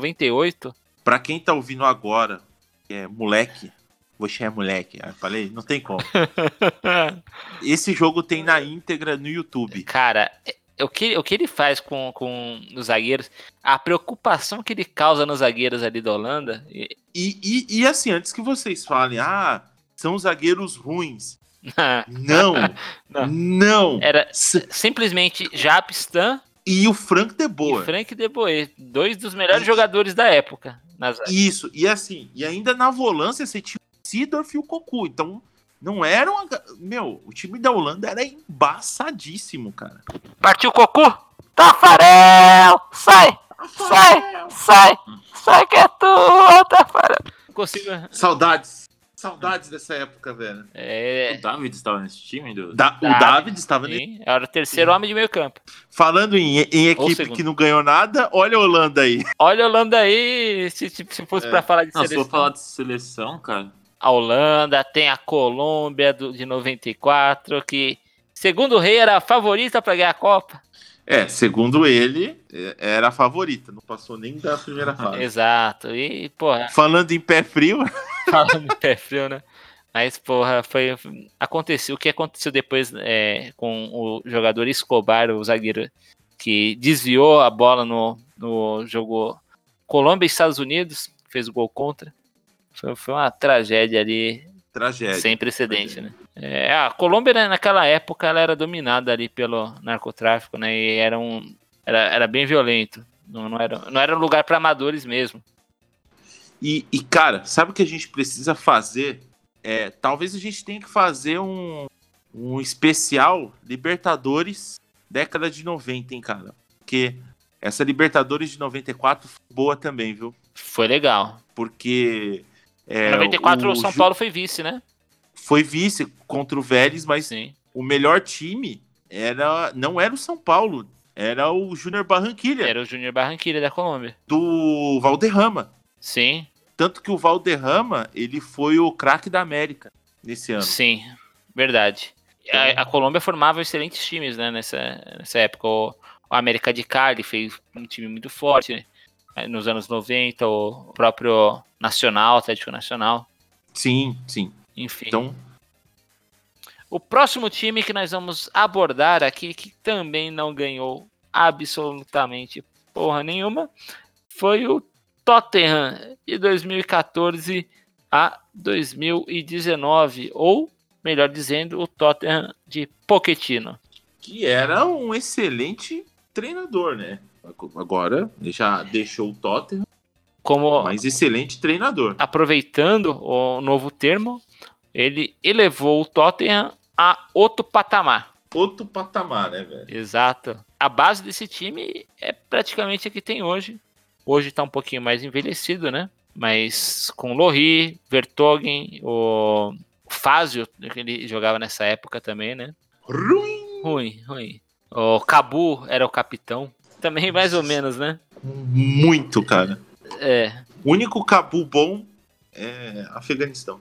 Speaker 4: 1998.
Speaker 5: Para quem tá ouvindo agora, é moleque, você é moleque, eu falei, não tem como. É. Esse jogo tem na íntegra no YouTube.
Speaker 4: Cara, é, o que, o que ele faz com, com os zagueiros, a preocupação que ele causa nos zagueiros ali da Holanda.
Speaker 5: E, e, e assim, antes que vocês falem, ah, são zagueiros ruins. não, não, não.
Speaker 4: ah, Era simplesmente Japistan
Speaker 5: e o Frank De Boer.
Speaker 4: E Frank De Boer, dois dos melhores e, jogadores da época.
Speaker 5: Isso, e assim, e ainda na volância você tinha o Sidorf e o Cocu, então não era uma. Meu, o time da Holanda era embaçadíssimo, cara.
Speaker 4: Partiu o Cocu? Tafarel! Sai! Tafarel. Sai! Sai! Sai que é tua, Tafarel!
Speaker 5: Consigo. Saudades. Saudades dessa época, velho.
Speaker 4: É...
Speaker 6: O David estava nesse time, do...
Speaker 5: Da... O David estava nesse.
Speaker 4: Era o terceiro homem de meio campo.
Speaker 5: Falando em, em equipe que não ganhou nada, olha a Holanda aí.
Speaker 4: Olha a Holanda aí, se, se fosse é. pra falar de
Speaker 6: não,
Speaker 4: seleção.
Speaker 6: Se for falar de seleção, cara
Speaker 4: a Holanda, tem a Colômbia do, de 94, que, segundo o rei, era a favorita para ganhar a Copa.
Speaker 5: É, segundo ele, é, era a favorita, não passou nem da primeira fase.
Speaker 4: Exato, e, porra.
Speaker 5: Falando em pé frio.
Speaker 4: Falando em pé frio, né? Mas, porra, foi. Aconteceu o que aconteceu depois é, com o jogador Escobar, o zagueiro, que desviou a bola no, no jogo Colômbia e Estados Unidos, fez o gol contra. Foi, uma tragédia ali.
Speaker 5: Tragédia.
Speaker 4: Sem precedente, É, tragédia. né? É, a Colômbia, né, naquela época, ela era dominada ali pelo narcotráfico, né? E era um. Era, era bem violento. Não, não, era, não era um lugar para amadores mesmo.
Speaker 5: E, e, cara, sabe o que a gente precisa fazer? É, talvez a gente tenha que fazer um, um especial Libertadores década de 90, hein, cara? Porque essa Libertadores de 94 foi boa também, viu?
Speaker 4: Foi legal.
Speaker 5: Porque
Speaker 4: é, 94 o São Ju... Paulo foi vice, né?
Speaker 5: Foi vice contra o Vélez, mas
Speaker 4: Sim.
Speaker 5: o melhor time era não era o São Paulo, era o Júnior Barranquilla.
Speaker 4: Era o Júnior Barranquilla da Colômbia.
Speaker 5: Do Valderrama.
Speaker 4: Sim.
Speaker 5: Tanto que o Valderrama, ele foi o craque da América nesse ano.
Speaker 4: Sim, verdade. A, a Colômbia formava excelentes times, né, nessa, nessa época. O, o América de Cali fez um time muito forte, né? nos anos 90, o próprio Nacional, Atlético Nacional.
Speaker 5: Sim, sim.
Speaker 4: Enfim.
Speaker 5: Então...
Speaker 4: O próximo time que nós vamos abordar aqui, que também não ganhou absolutamente porra nenhuma, foi o Tottenham de 2014 a 2019, ou melhor dizendo, o Tottenham de Pochettino.
Speaker 5: Que era um excelente treinador, né? agora já deixou o Tottenham.
Speaker 4: Como
Speaker 5: mas excelente treinador.
Speaker 4: Aproveitando o novo termo, ele elevou o Tottenham a outro patamar.
Speaker 5: Outro patamar, né, velho?
Speaker 4: Exato. A base desse time é praticamente a que tem hoje. Hoje tá um pouquinho mais envelhecido, né? Mas com Lohri, Vertogen, o Fazio, que ele jogava nessa época também, né?
Speaker 5: Ruim!
Speaker 4: Ruim, ruim. O Cabu era o capitão também mais ou menos, né?
Speaker 5: Muito, cara.
Speaker 4: É.
Speaker 5: O único cabu bom é Afeganistão.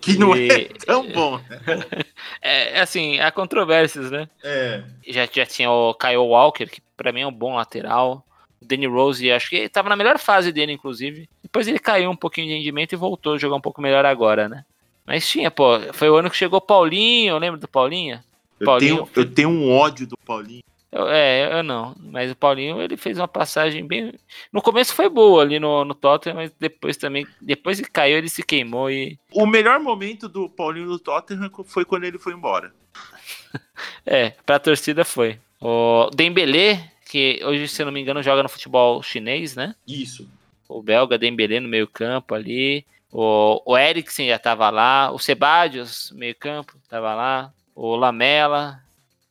Speaker 5: que não e... é tão bom. Né?
Speaker 4: É, assim, há controvérsias, né?
Speaker 5: É.
Speaker 4: Já, já tinha o Kyle Walker, que pra mim é um bom lateral. O Danny Rose, acho que ele tava na melhor fase dele, inclusive. Depois ele caiu um pouquinho de rendimento e voltou a jogar um pouco melhor agora, né? Mas tinha, pô. Foi o ano que chegou o Paulinho, lembra do Paulinho?
Speaker 5: Eu
Speaker 4: Paulinho.
Speaker 5: tenho, eu tenho um ódio do Paulinho.
Speaker 4: Eu- é, eu não. Mas o Paulinho, ele fez uma passagem bem. No começo foi boa ali no, no Tottenham, mas depois também. Depois que caiu, ele se queimou e.
Speaker 5: O melhor momento do Paulinho no Tottenham foi quando ele foi embora.
Speaker 4: É, pra torcida foi. O Dembele, que hoje, se eu não me engano, joga no futebol chinês, né?
Speaker 5: Isso.
Speaker 4: O belga Dembele no meio-campo ali. O, o Eriksen já tava lá. O Sebadios, meio-campo, tava lá. O Lamela.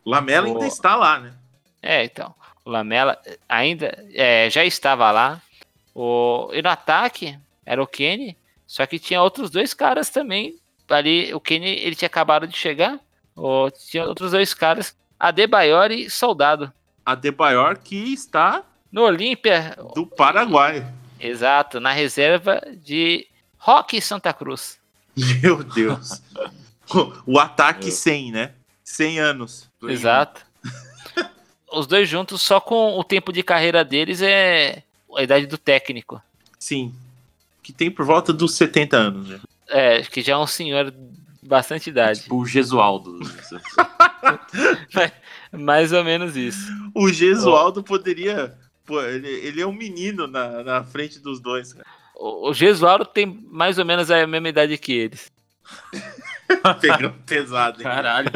Speaker 5: Lamela
Speaker 4: Boa.
Speaker 5: ainda está lá, né?
Speaker 4: É, então. O Lamela ainda é, já estava lá. O, e no ataque era o Kenny. Só que tinha outros dois caras também. Ali, o Kenny, ele tinha acabado de chegar. O, tinha outros dois caras. Adebayor e Soldado.
Speaker 5: A Debayor que está
Speaker 4: No Olímpia,
Speaker 5: do Paraguai.
Speaker 4: exato, na reserva de Rock Santa Cruz.
Speaker 5: Meu Deus. O, o ataque 100, né? 100 anos.
Speaker 4: Exato. Os dois juntos, só com o tempo de carreira deles, é a idade do técnico.
Speaker 5: Sim. Que tem por volta dos 70 anos, né?
Speaker 4: É, que já é um senhor de bastante idade.
Speaker 6: Tipo o Gesualdo.
Speaker 4: Mais ou menos isso.
Speaker 5: O Gesualdo poderia. Pô, ele, ele é um menino na, na frente dos dois, cara.
Speaker 4: O o Gesualdo tem mais ou menos a mesma idade que eles.
Speaker 5: Pegou pesado, hein?
Speaker 6: Caralho.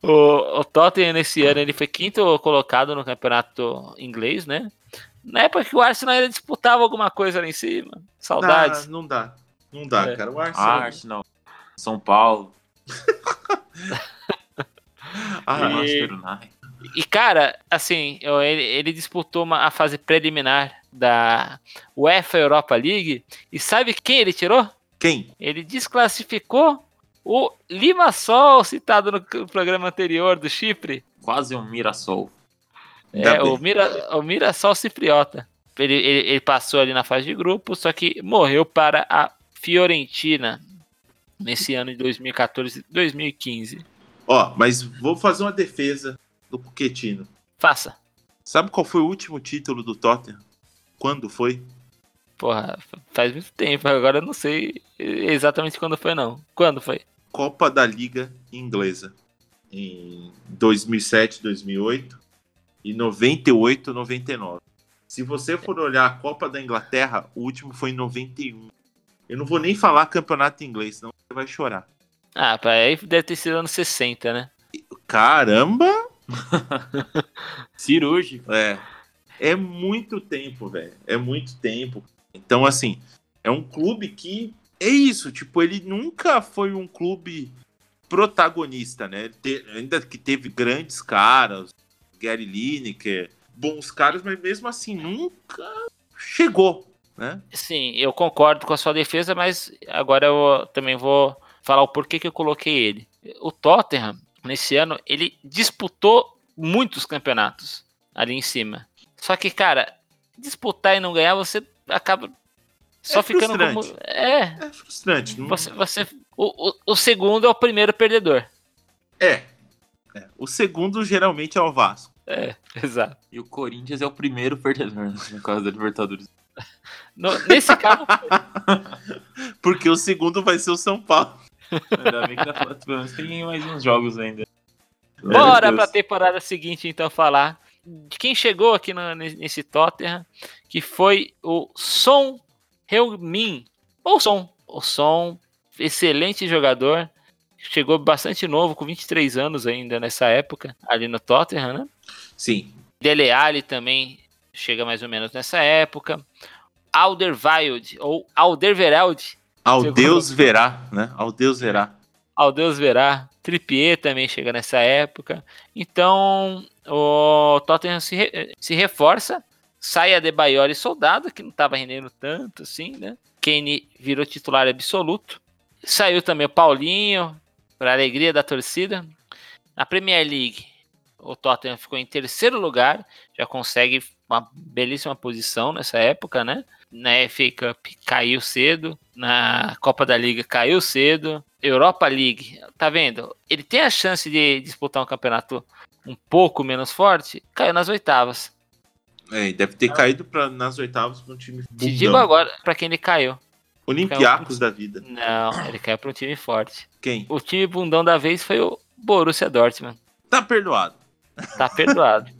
Speaker 4: O, o Tottenham nesse ano ele foi quinto colocado no campeonato inglês, né? Na época que o Arsenal ainda disputava alguma coisa lá em cima. Saudades.
Speaker 5: Ah, não dá. Não dá,
Speaker 4: É.
Speaker 5: cara. O Arsenal.
Speaker 6: Arsenal. São Paulo.
Speaker 5: Ah,
Speaker 6: Manchester United.
Speaker 4: E, cara, assim, eu- ele, ele disputou uma- a fase preliminar da UEFA Europa League. E sabe quem ele tirou?
Speaker 5: Quem?
Speaker 4: Ele desclassificou o Limassol, citado no c- programa anterior do Chipre.
Speaker 6: Quase um Mirassol.
Speaker 5: Ainda
Speaker 4: É, o,
Speaker 5: bem.
Speaker 4: Mira, o Mirassol Cipriota. Ele, ele, ele passou ali na fase de grupo, só que morreu para a Fiorentina nesse ano de 2014 e 2015.
Speaker 5: Ó, mas vou fazer uma defesa do Poquetino.
Speaker 4: Faça.
Speaker 5: Sabe qual foi o último título do Tottenham? Quando foi?
Speaker 4: Porra, faz muito tempo, agora eu não sei exatamente quando foi, não. Quando foi?
Speaker 5: Copa da Liga Inglesa. Em 2007, 2008 e 98, 99. Se você for olhar a Copa da Inglaterra, o último foi em 91. Eu não vou nem falar campeonato inglês, senão você vai chorar.
Speaker 4: Ah, pá, aí deve ter sido anos 60, né?
Speaker 5: Caramba!
Speaker 6: Cirúrgico.
Speaker 5: É. É muito tempo, velho. É muito tempo. Então, assim, é um clube que. É isso, tipo, ele nunca foi um clube protagonista, né? Ele te- ainda que teve grandes caras, Gary Lineker, bons caras, mas mesmo assim nunca chegou, né?
Speaker 4: Sim, eu concordo com a sua defesa, mas agora eu também vou falar o porquê que eu coloquei ele. O Tottenham, nesse ano, ele disputou muitos campeonatos ali em cima. Só que, cara, disputar e não ganhar, você acaba só ficando como.
Speaker 5: frustrante.
Speaker 4: É,
Speaker 5: É frustrante. não-
Speaker 4: você. você o, o, o segundo é o primeiro perdedor.
Speaker 5: É. É. O segundo geralmente é o Vasco.
Speaker 4: Exato.
Speaker 6: E o Corinthians é o primeiro perdedor no caso da Libertadores.
Speaker 4: nesse caso,
Speaker 5: Porque o segundo vai ser o São Paulo.
Speaker 6: Ainda bem que dá pra- pelo menos tem mais uns jogos ainda.
Speaker 4: Bora
Speaker 6: Meu
Speaker 4: pra
Speaker 6: Deus.
Speaker 4: temporada seguinte, então, falar de quem chegou aqui no- nesse Tottenham, que foi o Son Heung-min, ou Son. O Son, excelente jogador, chegou bastante novo, com 23 anos ainda nessa época, ali no Tottenham, né?
Speaker 5: Sim.
Speaker 4: Dele Alli também chega mais ou menos nessa época. Alderweireld, ou Alderweireld,
Speaker 5: Ao
Speaker 4: Segundo.
Speaker 5: Deus verá, né? Ao Deus verá.
Speaker 4: Ao Deus Verá, Trippier também chega nessa época. Então o Tottenham se, re- se reforça, sai a Debaior e Soldado, que não estava rendendo tanto assim, né? Kane virou titular absoluto. Saiu também o Paulinho, para alegria da torcida. Na Premier League, o Tottenham ficou em terceiro lugar, já consegue uma belíssima posição nessa época, né? Na FA Cup caiu cedo, na Copa da Liga caiu cedo, Europa League, tá vendo? Ele tem a chance de disputar um campeonato um pouco menos forte, caiu nas oitavas.
Speaker 5: É, e deve ter caído pra, nas oitavas pra um time
Speaker 4: Te digo
Speaker 5: bundão.
Speaker 4: agora pra quem ele caiu.
Speaker 5: Olympiacos da vida.
Speaker 4: Não, ele caiu pra um time forte.
Speaker 5: Quem?
Speaker 4: O time bundão da vez foi o Borussia Dortmund.
Speaker 5: Tá perdoado.
Speaker 4: Tá perdoado.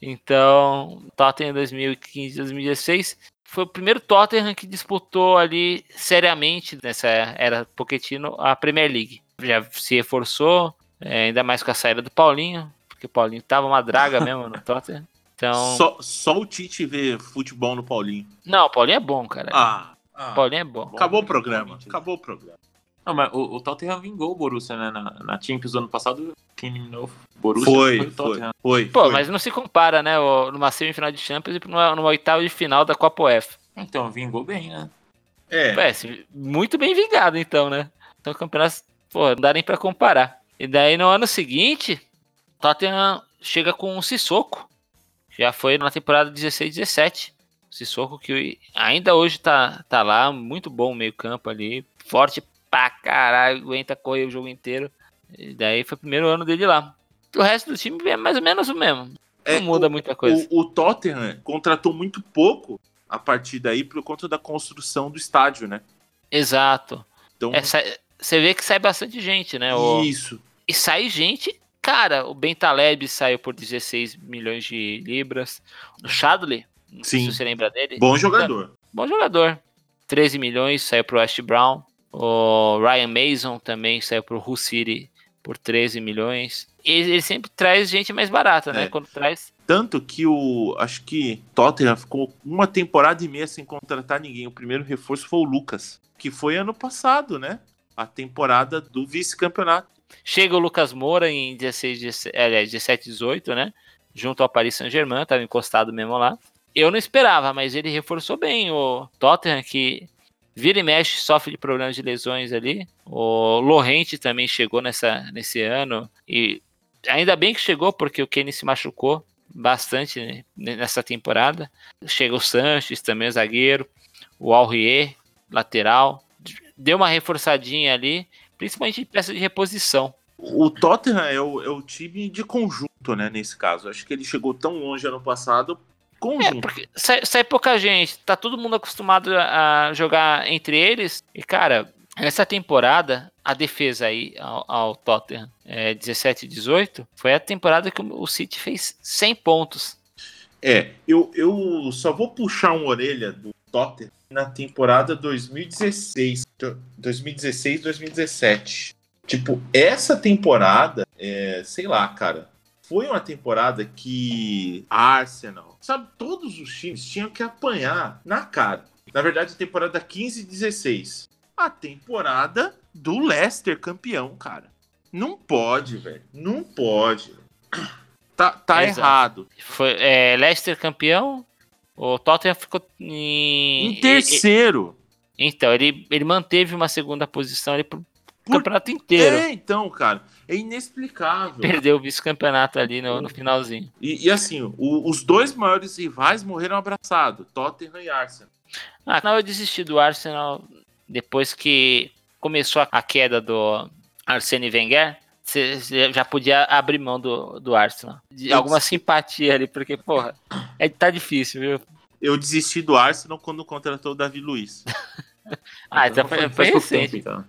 Speaker 4: então, Tottenham em 2015 2016 foi o primeiro Tottenham que disputou ali seriamente nessa era Pochettino a Premier League. Já se reforçou, eh, ainda mais com a saída do Paulinho, porque o Paulinho tava uma draga mesmo no Tottenham. Então,
Speaker 5: Só, só o Tite vê futebol no Paulinho.
Speaker 4: não, o Paulinho é bom, cara.
Speaker 5: Ah,
Speaker 4: O
Speaker 6: Ah,
Speaker 4: Paulinho é bom.
Speaker 5: acabou o programa. Acabou o programa.
Speaker 6: Não, mas o, o Tottenham vingou o Borussia, né? Na, na Champions do ano passado, quem eliminou o Borussia
Speaker 5: Foi,
Speaker 6: o
Speaker 5: foi,
Speaker 6: Tottenham.
Speaker 5: foi.
Speaker 4: Pô,
Speaker 5: foi.
Speaker 4: mas não se compara, né? o- Numa semifinal de Champions e numa, numa oitava de final da Copa UEFA.
Speaker 6: Então, vingou bem, né?
Speaker 5: É,
Speaker 4: É, se- muito bem vingado, então, né? Então, campeonatos, pô, não dá nem pra comparar. E daí, no ano seguinte, Tottenham chega com o Sissoko. Já foi na temporada 16 17. Sissoko que ainda hoje tá, tá lá, muito bom o meio campo ali. Forte pra caralho, aguenta correr o jogo inteiro. E daí foi o primeiro ano dele lá. O resto do time é mais ou menos o mesmo. Não
Speaker 5: É,
Speaker 4: muda
Speaker 5: o-
Speaker 4: muita coisa.
Speaker 5: o, o Tottenham contratou muito pouco a partir daí por conta da construção do estádio, né?
Speaker 4: Exato.
Speaker 5: Então,
Speaker 4: É, sai- você vê que sai bastante gente, né? O-
Speaker 5: isso.
Speaker 4: E sai gente, cara, o Bentaleb saiu por 16 milhões de libras. O Shadley, não sei
Speaker 5: Sim.
Speaker 4: se você lembra dele. Então,
Speaker 5: Bom jogador.
Speaker 4: Bom jogador. 13 milhões, saiu pro West Brown. O Ryan Mason também saiu pro Hull City por 13 milhões. Ele, ele sempre traz gente mais barata, né?
Speaker 5: É.
Speaker 4: Quando traz.
Speaker 5: Tanto que o. Acho que Tottenham ficou uma temporada e meia sem contratar ninguém. O primeiro reforço foi o Lucas, que foi ano passado, né? A temporada do vice-campeonato.
Speaker 4: Chega o Lucas Moura em 16, 17, aliás, 17, 18, né? Junto ao Paris Saint-Germain, tava encostado mesmo lá. Eu não esperava, mas ele reforçou bem o Tottenham, que vira e mexe, sofre de problemas de lesões ali. O Lorente também chegou nessa, nesse ano e ainda bem que chegou, porque o Kane se machucou bastante né, nessa temporada. Chega o Sanches também, o zagueiro, o Alrier, lateral. Deu uma reforçadinha ali, principalmente em peça de reposição.
Speaker 5: O Tottenham é o, é o time de conjunto, né? Nesse caso. Acho que ele chegou tão longe ano passado.
Speaker 4: É,
Speaker 5: Conjunto.
Speaker 4: porque sai, sai pouca gente, tá todo mundo acostumado a a jogar entre eles. E, cara, nessa temporada, a defesa aí ao, ao Tottenham é, 17 e 18 foi a temporada que o o City fez 100 pontos.
Speaker 5: É, eu, eu só vou puxar uma orelha do Tottenham na temporada 2016, do- 2016, 2017. Tipo, essa temporada, é, sei lá, cara, foi uma temporada que Arsenal, sabe, todos os times tinham que apanhar na cara. Na verdade, a temporada 15 e 16. A temporada do Leicester campeão, cara. Não pode, velho. Não pode. Tá, tá
Speaker 4: Exato.
Speaker 5: errado.
Speaker 4: Foi é, Leicester campeão, o Tottenham ficou em.
Speaker 5: Em Um terceiro.
Speaker 4: e- então, ele, ele manteve uma segunda posição ali pro
Speaker 5: Por-
Speaker 4: campeonato inteiro.
Speaker 5: É, então, cara, é inexplicável.
Speaker 4: Perdeu o vice-campeonato ali no, no finalzinho.
Speaker 5: E, e assim, o- os dois maiores rivais morreram abraçados, Tottenham e Arsenal.
Speaker 4: Ah, não, eu desisti do Arsenal depois que começou a- a queda do Arsene Wenger. Você já podia abrir mão do, do Arsenal. De
Speaker 5: Eu
Speaker 4: alguma simpatia ali, porque, porra, é, tá difícil, viu?
Speaker 5: Eu desisti do Arsenal quando contratou o Davi Luiz.
Speaker 4: Ah,
Speaker 6: Então,
Speaker 4: então foi, foi
Speaker 6: pouco
Speaker 4: recente.
Speaker 6: tempo, então.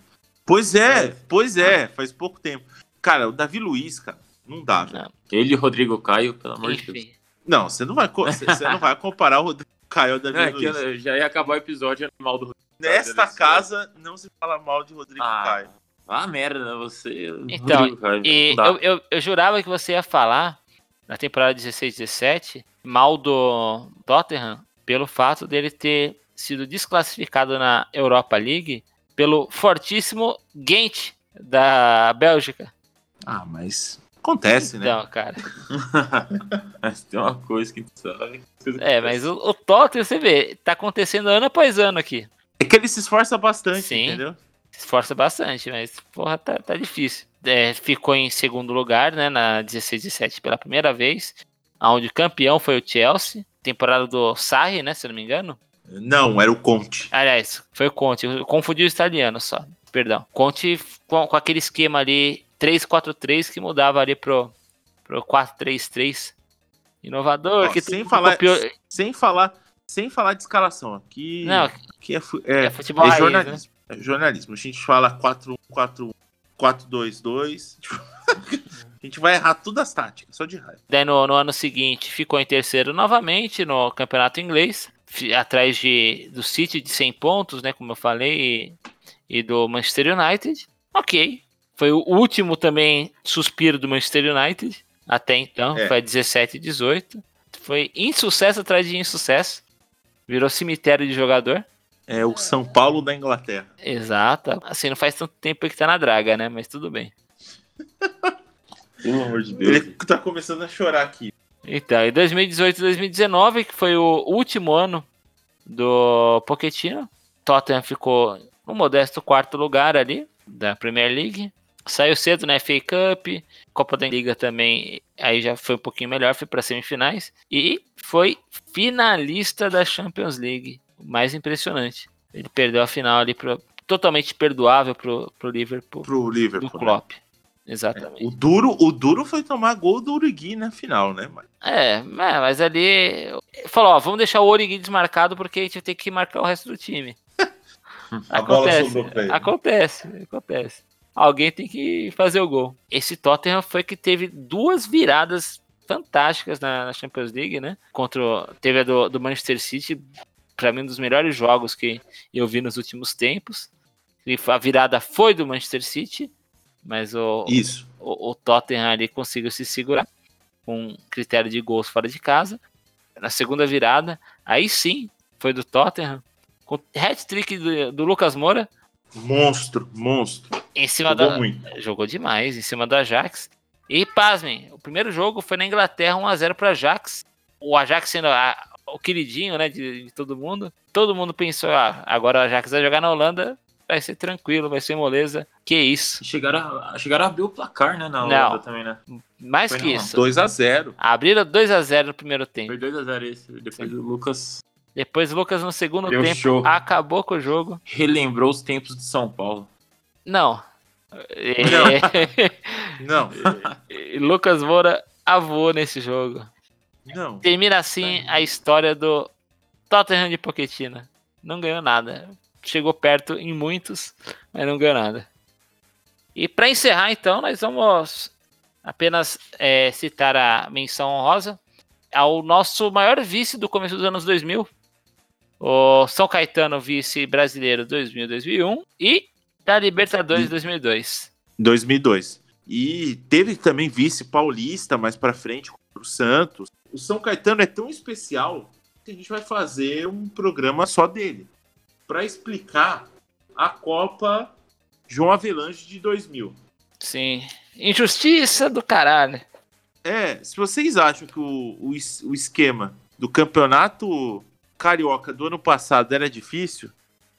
Speaker 5: Pois é, pois é, faz pouco tempo. Cara, o Davi Luiz, cara, não dá, velho.
Speaker 6: Ele e o Rodrigo Caio, pelo amor de Deus.
Speaker 4: Enfim.
Speaker 5: Não, você não vai, co- você você não vai comparar o Rodrigo Caio ao Davi
Speaker 6: É, que
Speaker 5: Luiz.
Speaker 6: eu- já ia acabar o episódio animal do Rodrigo.
Speaker 5: Nesta
Speaker 6: Caio.
Speaker 5: casa, não se fala mal de Rodrigo
Speaker 6: Ah,
Speaker 5: Caio.
Speaker 6: Ah, merda, você.
Speaker 4: Então,
Speaker 6: Rodrigo Caio,
Speaker 4: E
Speaker 6: não dá.
Speaker 4: eu, eu, eu jurava que você ia falar na temporada 16, 17 mal do Tottenham pelo fato dele ter sido desclassificado na Europa League pelo fortíssimo Gent da Bélgica.
Speaker 5: Ah, mas acontece, né?
Speaker 4: Então, cara.
Speaker 6: Mas tem uma coisa que tu sabe. coisa que
Speaker 4: É,
Speaker 6: tu
Speaker 4: mas o, o Tottenham, você vê, tá acontecendo ano após ano aqui.
Speaker 5: É que ele se esforça bastante,
Speaker 4: Sim.
Speaker 5: entendeu?
Speaker 4: Se esforça bastante, mas, porra, tá, tá difícil. É, ficou em segundo lugar, né, na 16 e 17 pela primeira vez, onde campeão foi o Chelsea, temporada do Sarri, né, se eu não me engano.
Speaker 5: Não, era o Conte.
Speaker 4: Aliás, foi o Conte, eu confundi o italiano só. perdão. Conte com, com aquele esquema ali 3-4-3 que mudava ali pro, pro 4-3-3. Inovador,
Speaker 5: Ó,
Speaker 4: que
Speaker 5: sem
Speaker 4: tudo
Speaker 5: falar-
Speaker 4: copiou-
Speaker 5: Sem falar, sem falar de escalação. Aqui,
Speaker 4: Não,
Speaker 5: aqui é, fu- é,
Speaker 4: é né? futebol
Speaker 5: é
Speaker 4: raiz,
Speaker 5: jornalismo. é jornalismo. A gente fala 4-1-4-1, 4-2-2. tipo, a gente vai errar todas as táticas, só de raiva.
Speaker 4: Daí no, no ano seguinte ficou em terceiro novamente no campeonato inglês, fi- atrás de, do City de 100 pontos, né, como eu falei, e, e do Manchester United. Ok, foi o último também suspiro do Manchester United até então,
Speaker 5: É.
Speaker 4: foi 17 e 18. Foi insucesso atrás de insucesso, virou cemitério de jogador.
Speaker 5: É o São Paulo da Inglaterra.
Speaker 4: Exato, assim, não faz tanto tempo que tá na draga, né, mas tudo bem.
Speaker 6: Pelo amor de
Speaker 5: Ele tá começando a chorar aqui.
Speaker 4: Então, em 2018 e 2019, que foi o último ano do Pochettino, Tottenham ficou no modesto quarto lugar ali da Premier League. Saiu cedo na FA Cup, Copa da Liga também, aí já foi um pouquinho melhor, foi para semifinais e foi finalista da Champions League. O Mais impressionante. Ele perdeu a final ali pro- totalmente perdoável pro, pro Liverpool
Speaker 5: Pro
Speaker 4: do
Speaker 5: Liverpool. né?
Speaker 4: Klopp. Exatamente.
Speaker 5: O duro, o duro foi tomar gol do Uruguai na final, né? Mas
Speaker 4: É, é, mas ali. Falou, ó, vamos deixar o Origi desmarcado porque a gente tem que marcar o resto do time.
Speaker 5: A bola
Speaker 4: acontece,
Speaker 5: sobrou pra ele.
Speaker 4: acontece, acontece. Alguém tem que fazer o gol. Esse Tottenham foi que teve duas viradas fantásticas na, na Champions League, né? Contra, o- teve a do, do Manchester City, pra mim um dos melhores jogos que eu vi nos últimos tempos. E a virada foi do Manchester City, mas o,
Speaker 5: Isso.
Speaker 4: o, o Tottenham ali conseguiu se segurar com critério de gols fora de casa. Na segunda virada, aí sim, foi do Tottenham, com hat-trick do, do Lucas Moura,
Speaker 5: Monstro, monstro.
Speaker 4: em cima
Speaker 5: Jogou
Speaker 4: da...
Speaker 5: muito.
Speaker 4: Jogou demais, em cima do Ajax. E pasmem, o primeiro jogo foi na Inglaterra, 1x0 para Ajax. O Ajax sendo a- o queridinho né, de, de todo mundo. Todo mundo pensou, ah, agora o Ajax vai jogar na Holanda, vai ser tranquilo, vai ser moleza. Que isso.
Speaker 6: Chegaram a, chegaram a abrir o placar, né?
Speaker 4: Não.
Speaker 6: Na Holanda também, né?
Speaker 4: Mais
Speaker 6: Foi
Speaker 4: que
Speaker 6: na-
Speaker 4: isso.
Speaker 5: 2 a 0
Speaker 4: Abriram 2x0 no primeiro tempo.
Speaker 6: Foi 2x0 esse. Depois o Lucas
Speaker 4: Depois o Lucas no segundo
Speaker 6: Deu
Speaker 4: tempo
Speaker 6: show.
Speaker 4: acabou com o jogo.
Speaker 6: relembrou os tempos de São Paulo.
Speaker 4: Não. É,
Speaker 5: Não,
Speaker 4: Lucas Moura avou nesse jogo.
Speaker 5: não.
Speaker 4: Termina assim a história do Tottenham de Pochettino. Não ganhou nada. Chegou perto em muitos, mas não ganhou nada. E para encerrar então, nós vamos apenas é, citar a menção honrosa ao nosso maior vice do começo dos anos 2000, o São Caetano vice brasileiro 2000-2001 e da Libertadores 2002.
Speaker 5: 2002. E teve também vice paulista mais pra frente contra o Santos. O São Caetano é tão especial que a gente vai fazer um programa só dele Pra explicar a Copa João Avelange de 2000.
Speaker 4: Sim, injustiça do caralho.
Speaker 5: É, se vocês acham que o, o, es- o esquema do campeonato carioca do ano passado era difícil,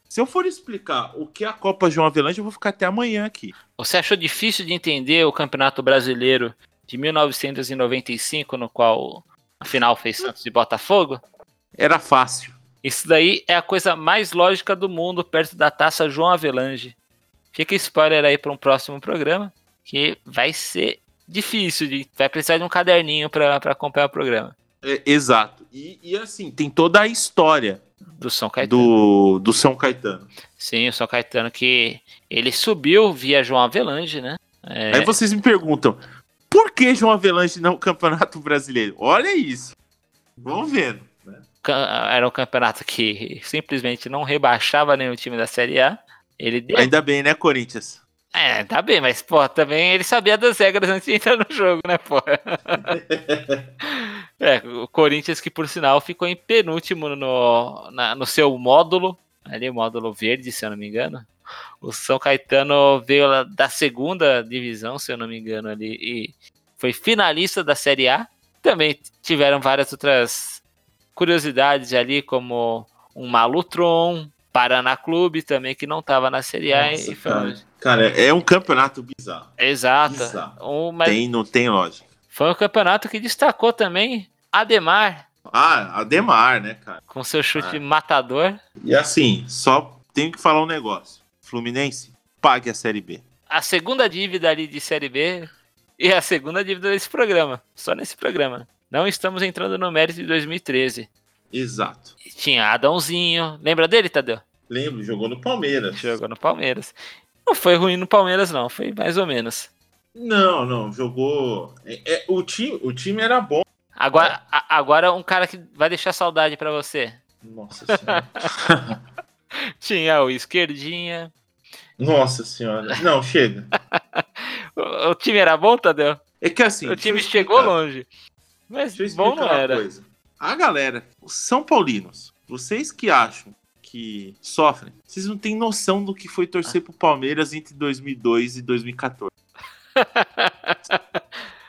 Speaker 5: se eu for explicar o que é a Copa João Avelange, eu vou ficar até amanhã aqui.
Speaker 4: Você achou difícil de entender o Campeonato Brasileiro de 1995, no qual a final fez Santos e Botafogo?
Speaker 5: Era fácil.
Speaker 4: Isso daí é a coisa mais lógica do mundo perto da taça João Avelange. Fica spoiler aí para um próximo programa, que vai ser difícil, de, vai precisar de um caderninho para acompanhar o programa
Speaker 5: É, exato. E, e assim, tem toda a história
Speaker 4: do São Caetano.
Speaker 5: do, do São Caetano.
Speaker 4: Sim, o São Caetano que ele subiu via João Avelange, né? É,
Speaker 5: Aí vocês me perguntam, por que João Avelange não campeonato brasileiro? Olha isso. Vamos vendo.
Speaker 4: ca- era um campeonato que simplesmente não rebaixava nenhum time da Série A. Ele deu-
Speaker 5: Ainda bem, né, Corinthians?
Speaker 4: É, tá bem, mas, pô, também ele sabia das regras antes de entrar no jogo, né, pô? é, o Corinthians que, por sinal, ficou em penúltimo no, na- no seu módulo, ali, módulo verde, se eu não me engano. O São Caetano veio lá da segunda divisão, se eu não me engano, ali, e foi finalista da Série A. Também tiveram várias outras curiosidades ali, como um Malutron, Paraná Clube também, que não tava na Série A e foi longe.
Speaker 5: cara, cara, é um campeonato bizarro.
Speaker 4: Exato.
Speaker 5: Exato.
Speaker 4: Um- mas
Speaker 5: Tem, não tem lógica.
Speaker 4: Foi um campeonato que destacou também Ademar,
Speaker 5: Ah, Ademar, né, cara?
Speaker 4: com seu chute
Speaker 5: Ah.
Speaker 4: matador.
Speaker 5: E assim, só tenho que falar um negócio. Fluminense, pague a Série B.
Speaker 4: A segunda dívida ali de Série B e a segunda dívida desse programa. Só nesse programa. Não estamos entrando no mérito de 2013.
Speaker 5: Exato.
Speaker 4: E Tinha Adãozinho. Lembra dele, Tadeu?
Speaker 5: Lembro, jogou no Palmeiras.
Speaker 4: Jogou no Palmeiras. Não foi ruim no Palmeiras, não. Foi mais ou menos.
Speaker 5: Não, não, jogou. É, é, o, time, o time era bom.
Speaker 4: Agora, a- agora um cara que vai deixar saudade pra você.
Speaker 5: Nossa senhora.
Speaker 4: Tinha o Esquerdinha.
Speaker 5: Nossa senhora. Não, chega.
Speaker 4: O, o time era bom, Tadeu?
Speaker 5: É que assim.
Speaker 4: o time
Speaker 5: deixa eu
Speaker 4: chegou
Speaker 5: explicar.
Speaker 4: longe. Mas
Speaker 5: Deixa eu
Speaker 4: bom
Speaker 5: explicar
Speaker 4: não
Speaker 5: uma
Speaker 4: era.
Speaker 5: coisa. A galera, os São Paulinos, vocês que acham que sofrem, vocês não têm noção do que foi torcer pro Palmeiras entre 2002 e 2014.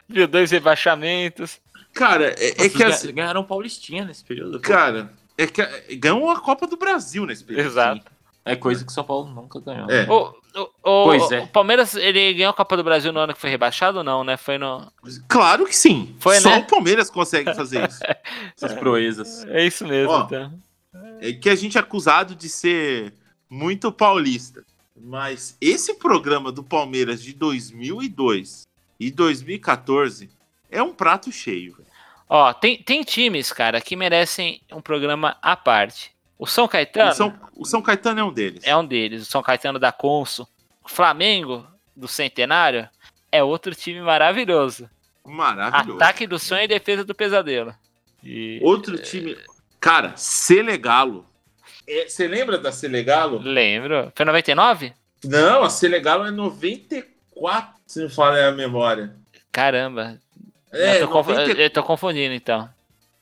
Speaker 4: Viu dois rebaixamentos.
Speaker 5: Cara, é, é que
Speaker 6: Vocês
Speaker 5: assim,
Speaker 6: ganharam Paulistinha nesse período. pô.
Speaker 5: cara, é que é, ganhou a Copa do Brasil nesse período.
Speaker 4: Exato.
Speaker 6: É coisa que o São Paulo nunca ganhou. né?
Speaker 5: É.
Speaker 4: O, o- o-
Speaker 6: Pois é.
Speaker 4: o Palmeiras, ele ganhou a Copa do Brasil no ano que foi rebaixado ou não, né? Foi no.
Speaker 5: Claro que sim.
Speaker 4: Foi,
Speaker 5: Só
Speaker 4: né?
Speaker 5: o Palmeiras consegue fazer isso.
Speaker 6: Essas proezas.
Speaker 4: É isso mesmo,
Speaker 5: Ó.
Speaker 4: então.
Speaker 5: É que a gente é acusado de ser muito paulista. Mas esse programa do Palmeiras de 2002 e 2014 é um prato cheio. velho.
Speaker 4: Ó, tem, tem times, cara, que merecem um programa à parte. O São Caetano
Speaker 5: O São, o São Caetano é um deles.
Speaker 4: é um deles, o São Caetano da Consul. O Flamengo, do Centenário, é outro time maravilhoso.
Speaker 5: Maravilhoso.
Speaker 4: um Ataque do sonho e defesa do pesadelo. E...
Speaker 5: Outro time. Cara, Selegalo. É, Você lembra da Selegalo?
Speaker 4: Lembro. Foi 99?
Speaker 5: Não, a Selegalo é 94, se não falha a memória.
Speaker 4: Caramba.
Speaker 5: É,
Speaker 4: eu, tô confu-
Speaker 5: 90
Speaker 4: eu tô confundindo, então.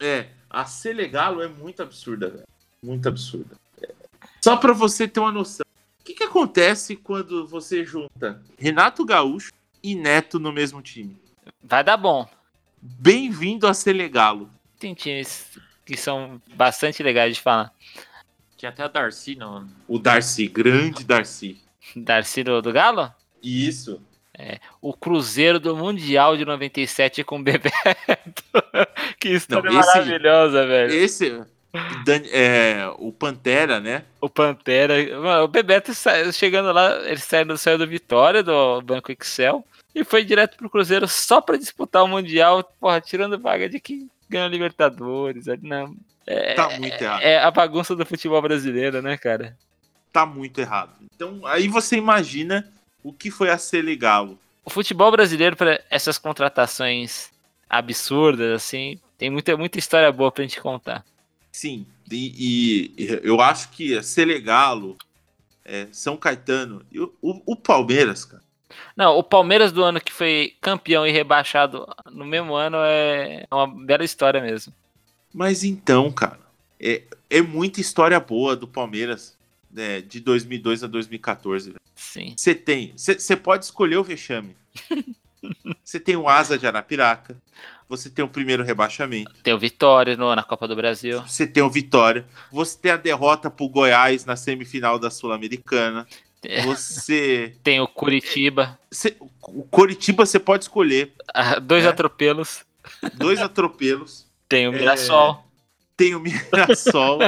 Speaker 5: É, a Selegalo é muito absurda, velho. Muito absurda. É. Só pra você ter uma noção. O que, que acontece quando você junta Renato Gaúcho e Neto no mesmo time?
Speaker 4: Vai dar bom.
Speaker 5: Bem-vindo a Selegalo.
Speaker 4: Tem times que são bastante legais de falar.
Speaker 6: Tinha até a Darcy no.
Speaker 5: O Darcy, grande Darcy.
Speaker 4: Darcy do, do Galo?
Speaker 5: Isso.
Speaker 4: O Cruzeiro do Mundial de 97 com o Bebeto. que história
Speaker 5: Não, esse-
Speaker 4: maravilhosa, velho.
Speaker 5: Esse. Dan- é, o Pantera, né?
Speaker 4: O Pantera. Mano, o Bebeto sa- chegando lá, ele saiu, saiu do Vitória, do Banco Excel, e foi direto pro Cruzeiro só pra disputar o Mundial, porra, tirando vaga de quem ganha Libertadores. ali na- É,
Speaker 5: Tá muito errado.
Speaker 4: é a bagunça do futebol brasileiro, né, cara?
Speaker 5: Tá muito errado. Então, aí você imagina o que foi a Selegalo.
Speaker 4: O futebol brasileiro, pra essas contratações absurdas, assim, tem muita, muita história boa pra gente contar.
Speaker 5: Sim, e, e eu acho que Selegalo, é, São Caetano e o, o- o Palmeiras, cara.
Speaker 4: Não, o Palmeiras do ano que foi campeão e rebaixado no mesmo ano é uma bela história mesmo.
Speaker 5: Mas então, cara, é, é muita história boa do Palmeiras né, de 2002 a 2014. velho.
Speaker 4: Sim.
Speaker 5: Você tem, você pode escolher o vexame. Você tem o Asa de Arapiraca, você tem o primeiro rebaixamento,
Speaker 4: Tem o Vitória no, na Copa do Brasil.
Speaker 5: você tem o Vitória, você tem a derrota pro Goiás na semifinal da Sul-Americana,
Speaker 4: É.
Speaker 5: você
Speaker 4: Tem o Curitiba.
Speaker 5: Cê- o Coritiba você pode escolher
Speaker 4: Ah, Dois
Speaker 5: É.
Speaker 4: atropelos.
Speaker 5: dois atropelos,
Speaker 4: Tem o Mirassol.
Speaker 5: tem o Mirassol.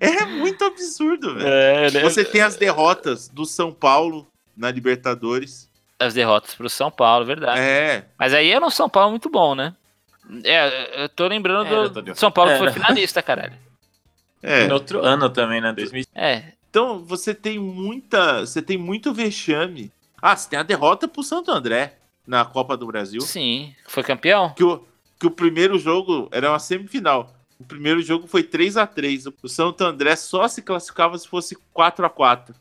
Speaker 5: é muito absurdo, velho.
Speaker 4: É, né?
Speaker 5: Você tem as derrotas do São Paulo na Libertadores.
Speaker 4: As derrotas pro São Paulo, verdade.
Speaker 5: É,
Speaker 4: Mas aí era um São Paulo muito bom, né? É, eu tô lembrando
Speaker 6: Era,
Speaker 4: do
Speaker 6: Tadeu.
Speaker 4: São Paulo que foi
Speaker 6: Era.
Speaker 4: finalista, caralho.
Speaker 5: é.
Speaker 6: No outro ano também, né? 2005.
Speaker 4: É,
Speaker 5: Então você tem muita, você tem muito vexame. Ah, você tem a derrota pro Santo André na Copa do Brasil,
Speaker 4: sim. Foi campeão?
Speaker 5: que o que o primeiro jogo era uma semifinal. O primeiro jogo foi 3 a 3. O Santo André só se classificava se fosse 4 a 4.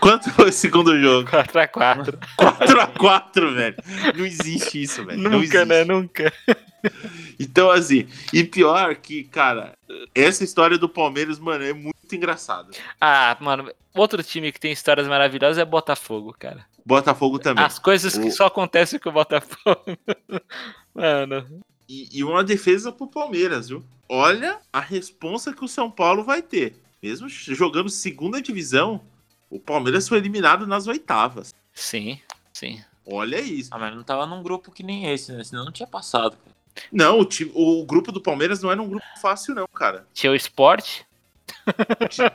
Speaker 5: Quanto foi o segundo jogo?
Speaker 4: 4x4.
Speaker 5: 4 a 4, velho. Não existe isso, velho. Não
Speaker 4: Nunca,
Speaker 5: existe.
Speaker 4: né? Nunca.
Speaker 5: Então assim, e pior que, cara, essa história do Palmeiras, mano, é muito engraçada.
Speaker 4: Ah, mano, outro time que tem histórias maravilhosas é Botafogo, cara.
Speaker 5: Botafogo também.
Speaker 4: As coisas que
Speaker 5: O-
Speaker 4: só acontecem com o Botafogo. Mano,
Speaker 5: E, e uma defesa pro Palmeiras, viu? Olha a responsa que o São Paulo vai ter. Mesmo jogando segunda divisão, o Palmeiras foi eliminado nas oitavas.
Speaker 4: sim, sim.
Speaker 5: Olha isso.
Speaker 6: Ah, mas não tava num grupo que nem esse, né? Senão não tinha passado.
Speaker 5: Não, o, time, o grupo do Palmeiras não era um grupo fácil, não, cara.
Speaker 4: Tinha o esporte.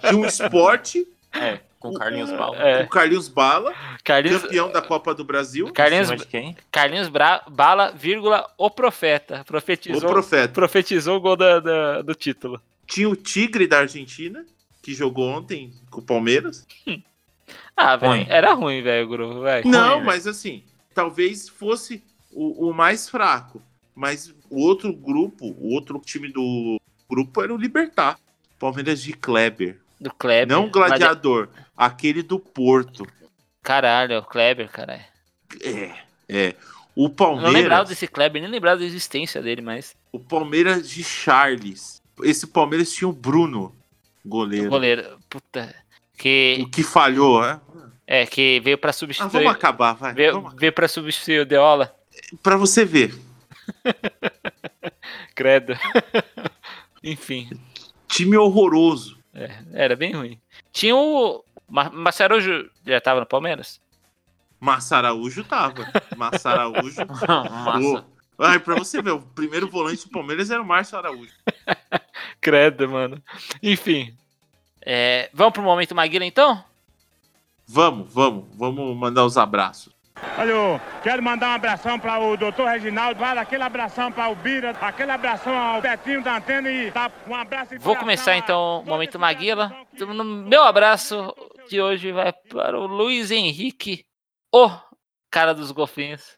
Speaker 5: de um esporte,
Speaker 6: É, com o Carlinhos Bala.
Speaker 5: o Carlinhos Bala,
Speaker 4: Carlinhos,
Speaker 5: campeão da Copa do Brasil,
Speaker 4: Carlinhos,
Speaker 6: Acima de quem?
Speaker 4: Carlinhos Bra- Bala, vírgula, o profeta.
Speaker 5: o
Speaker 4: Profetizou,
Speaker 5: Profeta.
Speaker 4: profetizou o gol da- da- do título.
Speaker 5: Tinha o Tigre da Argentina, que jogou ontem com o Palmeiras.
Speaker 4: Ah, velho,
Speaker 6: Ruim.
Speaker 4: era ruim, velho, o grupo, velho.
Speaker 5: Não,
Speaker 6: né?
Speaker 5: mas assim, talvez fosse o, o mais fraco. Mas o outro grupo, o outro time do grupo era o Libertar. Palmeiras de Kleber.
Speaker 4: Do Kleber.
Speaker 5: não
Speaker 4: É, Mas-
Speaker 5: Gladiador, aquele do Porto.
Speaker 4: Caralho, é o Kleber, caralho.
Speaker 5: É, é. O
Speaker 4: Eu Não lembrava
Speaker 5: Palmeiras,
Speaker 4: desse Kleber, nem lembrava da existência dele, mas.
Speaker 5: o Palmeiras de Charles. Esse Palmeiras tinha o Bruno,
Speaker 4: O
Speaker 5: goleiro.
Speaker 4: goleiro. Puta. Que.
Speaker 5: O que falhou, né?
Speaker 4: É, que veio pra
Speaker 5: Ah,
Speaker 4: substituir.
Speaker 5: vamos acabar, vai.
Speaker 4: veio,
Speaker 5: Vamos...
Speaker 4: veio pra substituir o Deola.
Speaker 5: Pra você ver,
Speaker 4: Credo. Enfim.
Speaker 5: time horroroso.
Speaker 4: Era bem ruim. Tinha o. Ma- Massarujo já tava no Palmeiras?
Speaker 5: Massa Araújo tava. Massa Araújo.
Speaker 6: Massa.
Speaker 5: o- Ai, pra você ver, o primeiro volante do Palmeiras era o Márcio Araújo.
Speaker 4: Credo, mano. Enfim. É, vamos pro momento Maguila então?
Speaker 5: Vamos, vamos, vamos mandar os abraços.
Speaker 7: Olha, quero mandar um abração para o doutor Reginaldo, vale aquele abração para o Bira, aquele abração ao Betinho da Antena e tá, um abraço. e
Speaker 4: Vou
Speaker 7: coração
Speaker 4: começar
Speaker 7: a
Speaker 4: então o
Speaker 7: toda
Speaker 4: momento
Speaker 7: essa
Speaker 4: Maguila. Então,
Speaker 7: geração que-
Speaker 4: No meu abraço de hoje vai para o Luiz Henrique, o cara dos golfinhos,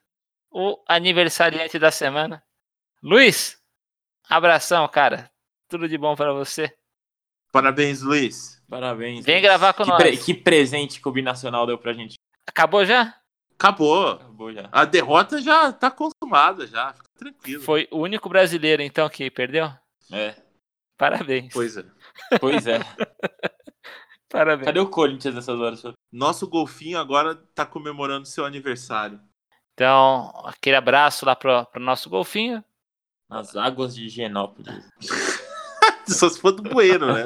Speaker 4: o aniversariante da semana. Luiz, abração, cara. Tudo de bom pra você.
Speaker 5: Parabéns, Luiz.
Speaker 6: Parabéns.
Speaker 4: Vem
Speaker 6: Luiz.
Speaker 4: gravar com
Speaker 6: que
Speaker 4: nós.
Speaker 6: pre- que presente que o Binacional deu pra gente.
Speaker 4: Acabou já?
Speaker 5: Acabou.
Speaker 6: Acabou já.
Speaker 5: A derrota já tá consumada, já. Fica tranquilo.
Speaker 4: Foi o único brasileiro então que perdeu?
Speaker 6: É.
Speaker 4: Parabéns.
Speaker 5: Pois é.
Speaker 6: Pois é.
Speaker 4: Parabéns.
Speaker 6: Cadê o Corinthians nessas horas?
Speaker 5: Nosso golfinho agora tá comemorando seu aniversário.
Speaker 4: Então, aquele abraço lá pro, pro nosso golfinho.
Speaker 6: Nas águas de Higienópolis.
Speaker 5: Só se for do bueiro, né?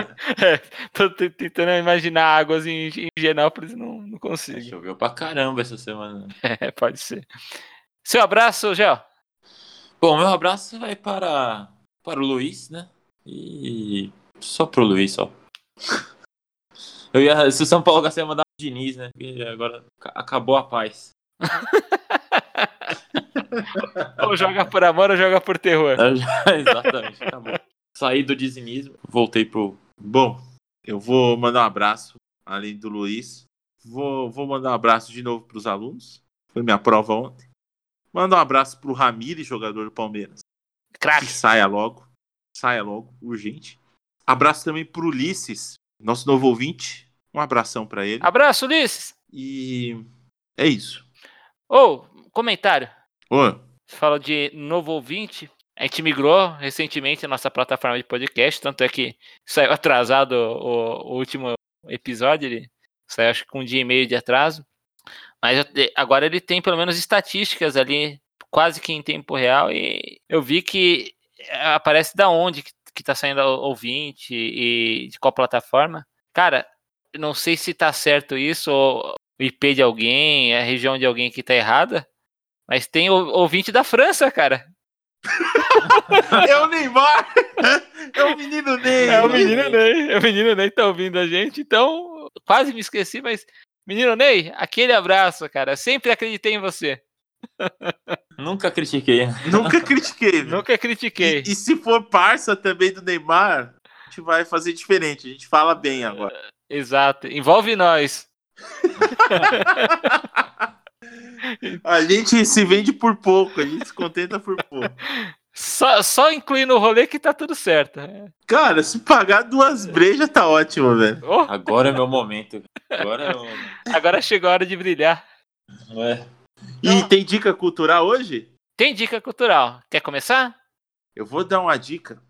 Speaker 4: É, tô t- tentando imaginar águas em, em Genópolis e não, não consigo.
Speaker 6: Choveu pra caramba essa semana.
Speaker 4: É, pode ser. Seu abraço, Gel.
Speaker 6: Bom, meu abraço vai para, para o Luiz, né? E só pro Luiz, só. Eu ia, se o São Paulo gastar, ia mandar o Diniz, né? E agora ca- acabou a paz.
Speaker 4: Ou joga por amor ou joga por terror.
Speaker 6: Exatamente, acabou. Saí do dizinismo, voltei pro.
Speaker 5: Bom, eu vou mandar um abraço, além do Luiz. Vou, vou mandar um abraço de novo pros alunos. Foi minha prova ontem. Manda um abraço pro Ramires, jogador do Palmeiras. Que
Speaker 4: Crack.
Speaker 5: saia logo. Saia logo, urgente. Abraço também pro Ulisses, nosso novo ouvinte. Um abração pra ele.
Speaker 4: Abraço, Ulisses.
Speaker 5: E é isso.
Speaker 4: Ou, comentário.
Speaker 5: Ô,
Speaker 4: Você falou de novo ouvinte. A gente migrou recentemente a nossa plataforma de podcast, tanto é que saiu atrasado o, o último episódio, ele saiu acho que com um dia e meio de atraso. Mas eu te- agora ele tem pelo menos estatísticas ali, quase que em tempo real, e eu vi que eh, aparece da onde que, que tá saindo o ouvinte e de qual plataforma. Cara, eu não sei se tá certo isso, ou o IP de alguém, a região de alguém que tá errada, mas tem o- ouvinte da França, cara.
Speaker 5: É o Neymar! É o menino Ney!
Speaker 4: É o menino Ney. É o menino Ney tá ouvindo a gente, então quase me esqueci, mas. Menino Ney, aquele abraço, cara. Sempre acreditei em você.
Speaker 6: Nunca critiquei. né?
Speaker 5: É, Nunca critiquei, viu?
Speaker 4: Nunca critiquei.
Speaker 5: E, e se for parça também do Neymar, a gente vai fazer diferente. A gente fala bem agora.
Speaker 4: Exato. Envolve nós.
Speaker 5: A gente se vende por pouco, a gente se contenta por pouco.
Speaker 4: Só, só incluir no rolê que tá tudo certo.
Speaker 5: Cara, se pagar duas brejas tá ótimo, velho.
Speaker 4: Oh,
Speaker 6: Agora é meu momento. Agora é o.
Speaker 4: agora chegou a hora de brilhar.
Speaker 6: É.
Speaker 5: E tem dica cultural hoje?
Speaker 4: Tem dica cultural. Quer começar?
Speaker 5: Eu vou dar uma dica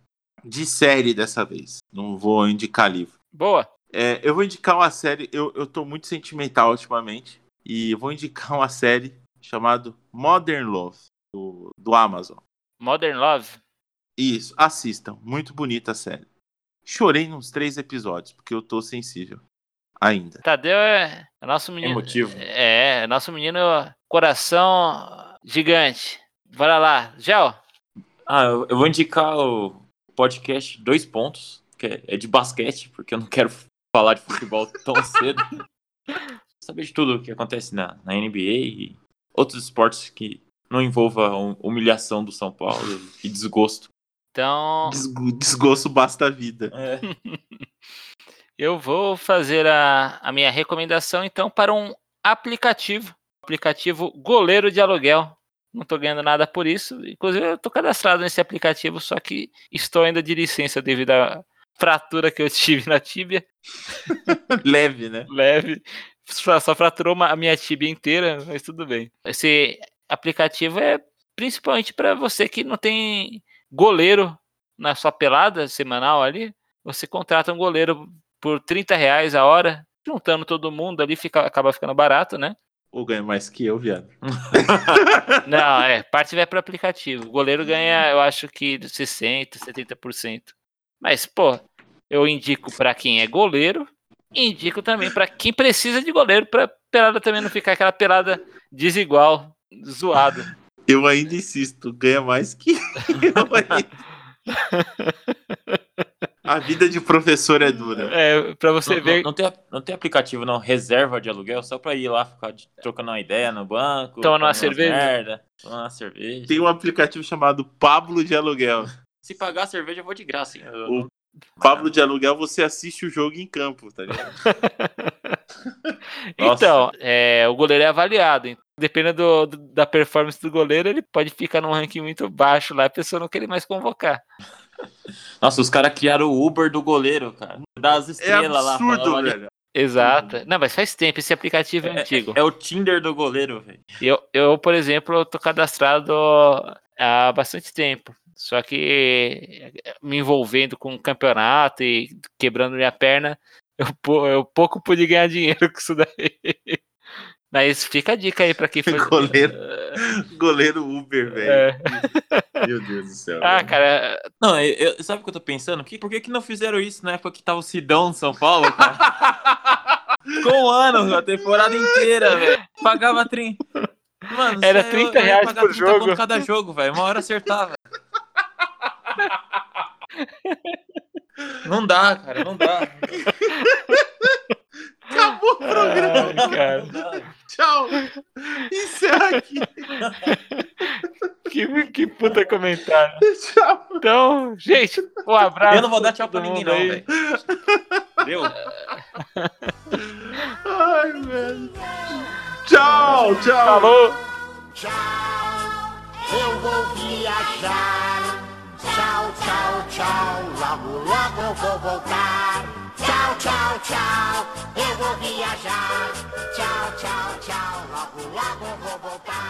Speaker 5: de série dessa vez. Não vou indicar livro.
Speaker 4: Boa.
Speaker 5: É, eu vou indicar uma série. Eu, eu tô muito sentimental ultimamente. E eu vou indicar uma série chamada Modern Love, do, do Amazon.
Speaker 4: Modern Love.
Speaker 5: Isso, assistam. Muito bonita a série. Chorei nos três episódios, porque eu tô sensível. Ainda.
Speaker 4: Tadeu é é nosso menino.
Speaker 6: Emotivo.
Speaker 4: É, é nosso menino coração gigante. Bora lá. Gel,
Speaker 6: Ah, eu eu vou indicar o podcast Dois Pontos, porque é de basquete, porque eu não quero falar de futebol tão cedo. Saber de tudo o que acontece na, na NBA e outros esportes que não envolva hum- humilhação do São Paulo e desgosto.
Speaker 4: Então,
Speaker 5: Desgo- Desgosto basta a vida.
Speaker 6: É.
Speaker 4: eu vou fazer a, a minha recomendação, então, para um aplicativo. Aplicativo Goleiro de Aluguel. Não tô ganhando nada por isso. Inclusive, eu tô cadastrado nesse aplicativo, só que estou ainda de licença devido à fratura que eu tive na tíbia.
Speaker 5: Leve, né?
Speaker 4: leve. Só, só fraturou uma- a minha tibia inteira, mas tudo bem. Esse aplicativo é principalmente para você que não tem goleiro na sua pelada semanal ali. Você contrata um goleiro por 30 reais a hora, juntando todo mundo ali, fica, acaba ficando barato, né?
Speaker 5: Ou ganha mais que eu, viado.
Speaker 4: Não, é, parte vai pro aplicativo. O goleiro ganha, eu acho que 60%, 70%. Mas, pô, eu indico pra quem é goleiro, indico também pra quem precisa de goleiro, pra pelada também não ficar aquela pelada desigual, zoada.
Speaker 5: Eu ainda insisto, ganha mais que eu ainda. A vida de professor é dura.
Speaker 4: É, pra você
Speaker 6: Não,
Speaker 4: ver.
Speaker 6: não- não tem, a- não tem aplicativo, não. Reserva de aluguel, só pra ir lá ficar de- trocando uma ideia no banco.
Speaker 4: Tomar uma
Speaker 6: comer umas
Speaker 4: cerveja.
Speaker 6: Merda, tomar uma cerveja.
Speaker 5: Tem um aplicativo chamado Pablo de Aluguel.
Speaker 6: Se pagar a cerveja, eu vou de graça, hein? Eu-
Speaker 5: O Pablo de Aluguel, você assiste o jogo em campo, tá ligado?
Speaker 6: Nossa.
Speaker 4: Então, é, o goleiro é avaliado. hein? Dependendo do- do- da performance do goleiro, ele pode ficar num ranking muito baixo lá, a pessoa não quer ele mais convocar.
Speaker 6: Nossa, os caras criaram o Uber do goleiro, cara. Das
Speaker 5: É
Speaker 6: estrelas lá.
Speaker 5: absurdo,
Speaker 6: falava ali.
Speaker 5: velho.
Speaker 4: Exato. Não, mas faz tempo, esse aplicativo Uhum. é, antigo.
Speaker 6: É o Tinder do goleiro, velho.
Speaker 4: Eu, eu, por exemplo, eu tô cadastrado há bastante tempo. Só que eh, me envolvendo com o campeonato e quebrando minha perna, eu, pou- eu pouco pude ganhar dinheiro com isso daí. Mas fica a dica aí pra quem foi.
Speaker 5: Goleiro, goleiro Uber, velho.
Speaker 4: É.
Speaker 5: Meu Deus do céu.
Speaker 4: Ah,
Speaker 5: velho.
Speaker 4: cara,
Speaker 6: Não, eu- eu- sabe o que eu tô pensando? Que, por que, que não fizeram isso na época que tava o Sidão no São Paulo, cara? Ficou um ano, a temporada inteira, velho. Pagava 30. Mano,
Speaker 4: Era
Speaker 6: isso é, aí
Speaker 4: 30 reais
Speaker 6: pagava
Speaker 4: por
Speaker 6: 30 conto
Speaker 4: jogo.
Speaker 6: cada jogo, velho. Uma hora acertava. Não dá, cara, não dá.
Speaker 5: Acabou o programa.
Speaker 4: ai, cara,
Speaker 5: Tchau. Encerra aqui.
Speaker 4: que, que puta comentário.
Speaker 5: Tchau.
Speaker 4: Então, gente, um abraço.
Speaker 6: Eu não vou dar tchau
Speaker 4: todo
Speaker 6: pra ninguém,
Speaker 4: mundo
Speaker 6: não,
Speaker 4: aí.
Speaker 6: velho. Deu?
Speaker 5: Ai, velho. Tchau, tchau.
Speaker 4: Falou!
Speaker 8: Tchau, eu vou viajar. Tchau, tchau, tchau, logo, logo eu vou voltar. Tchau, tchau, tchau, eu vou viajar. Tchau, tchau, tchau, logo, logo eu vou voltar.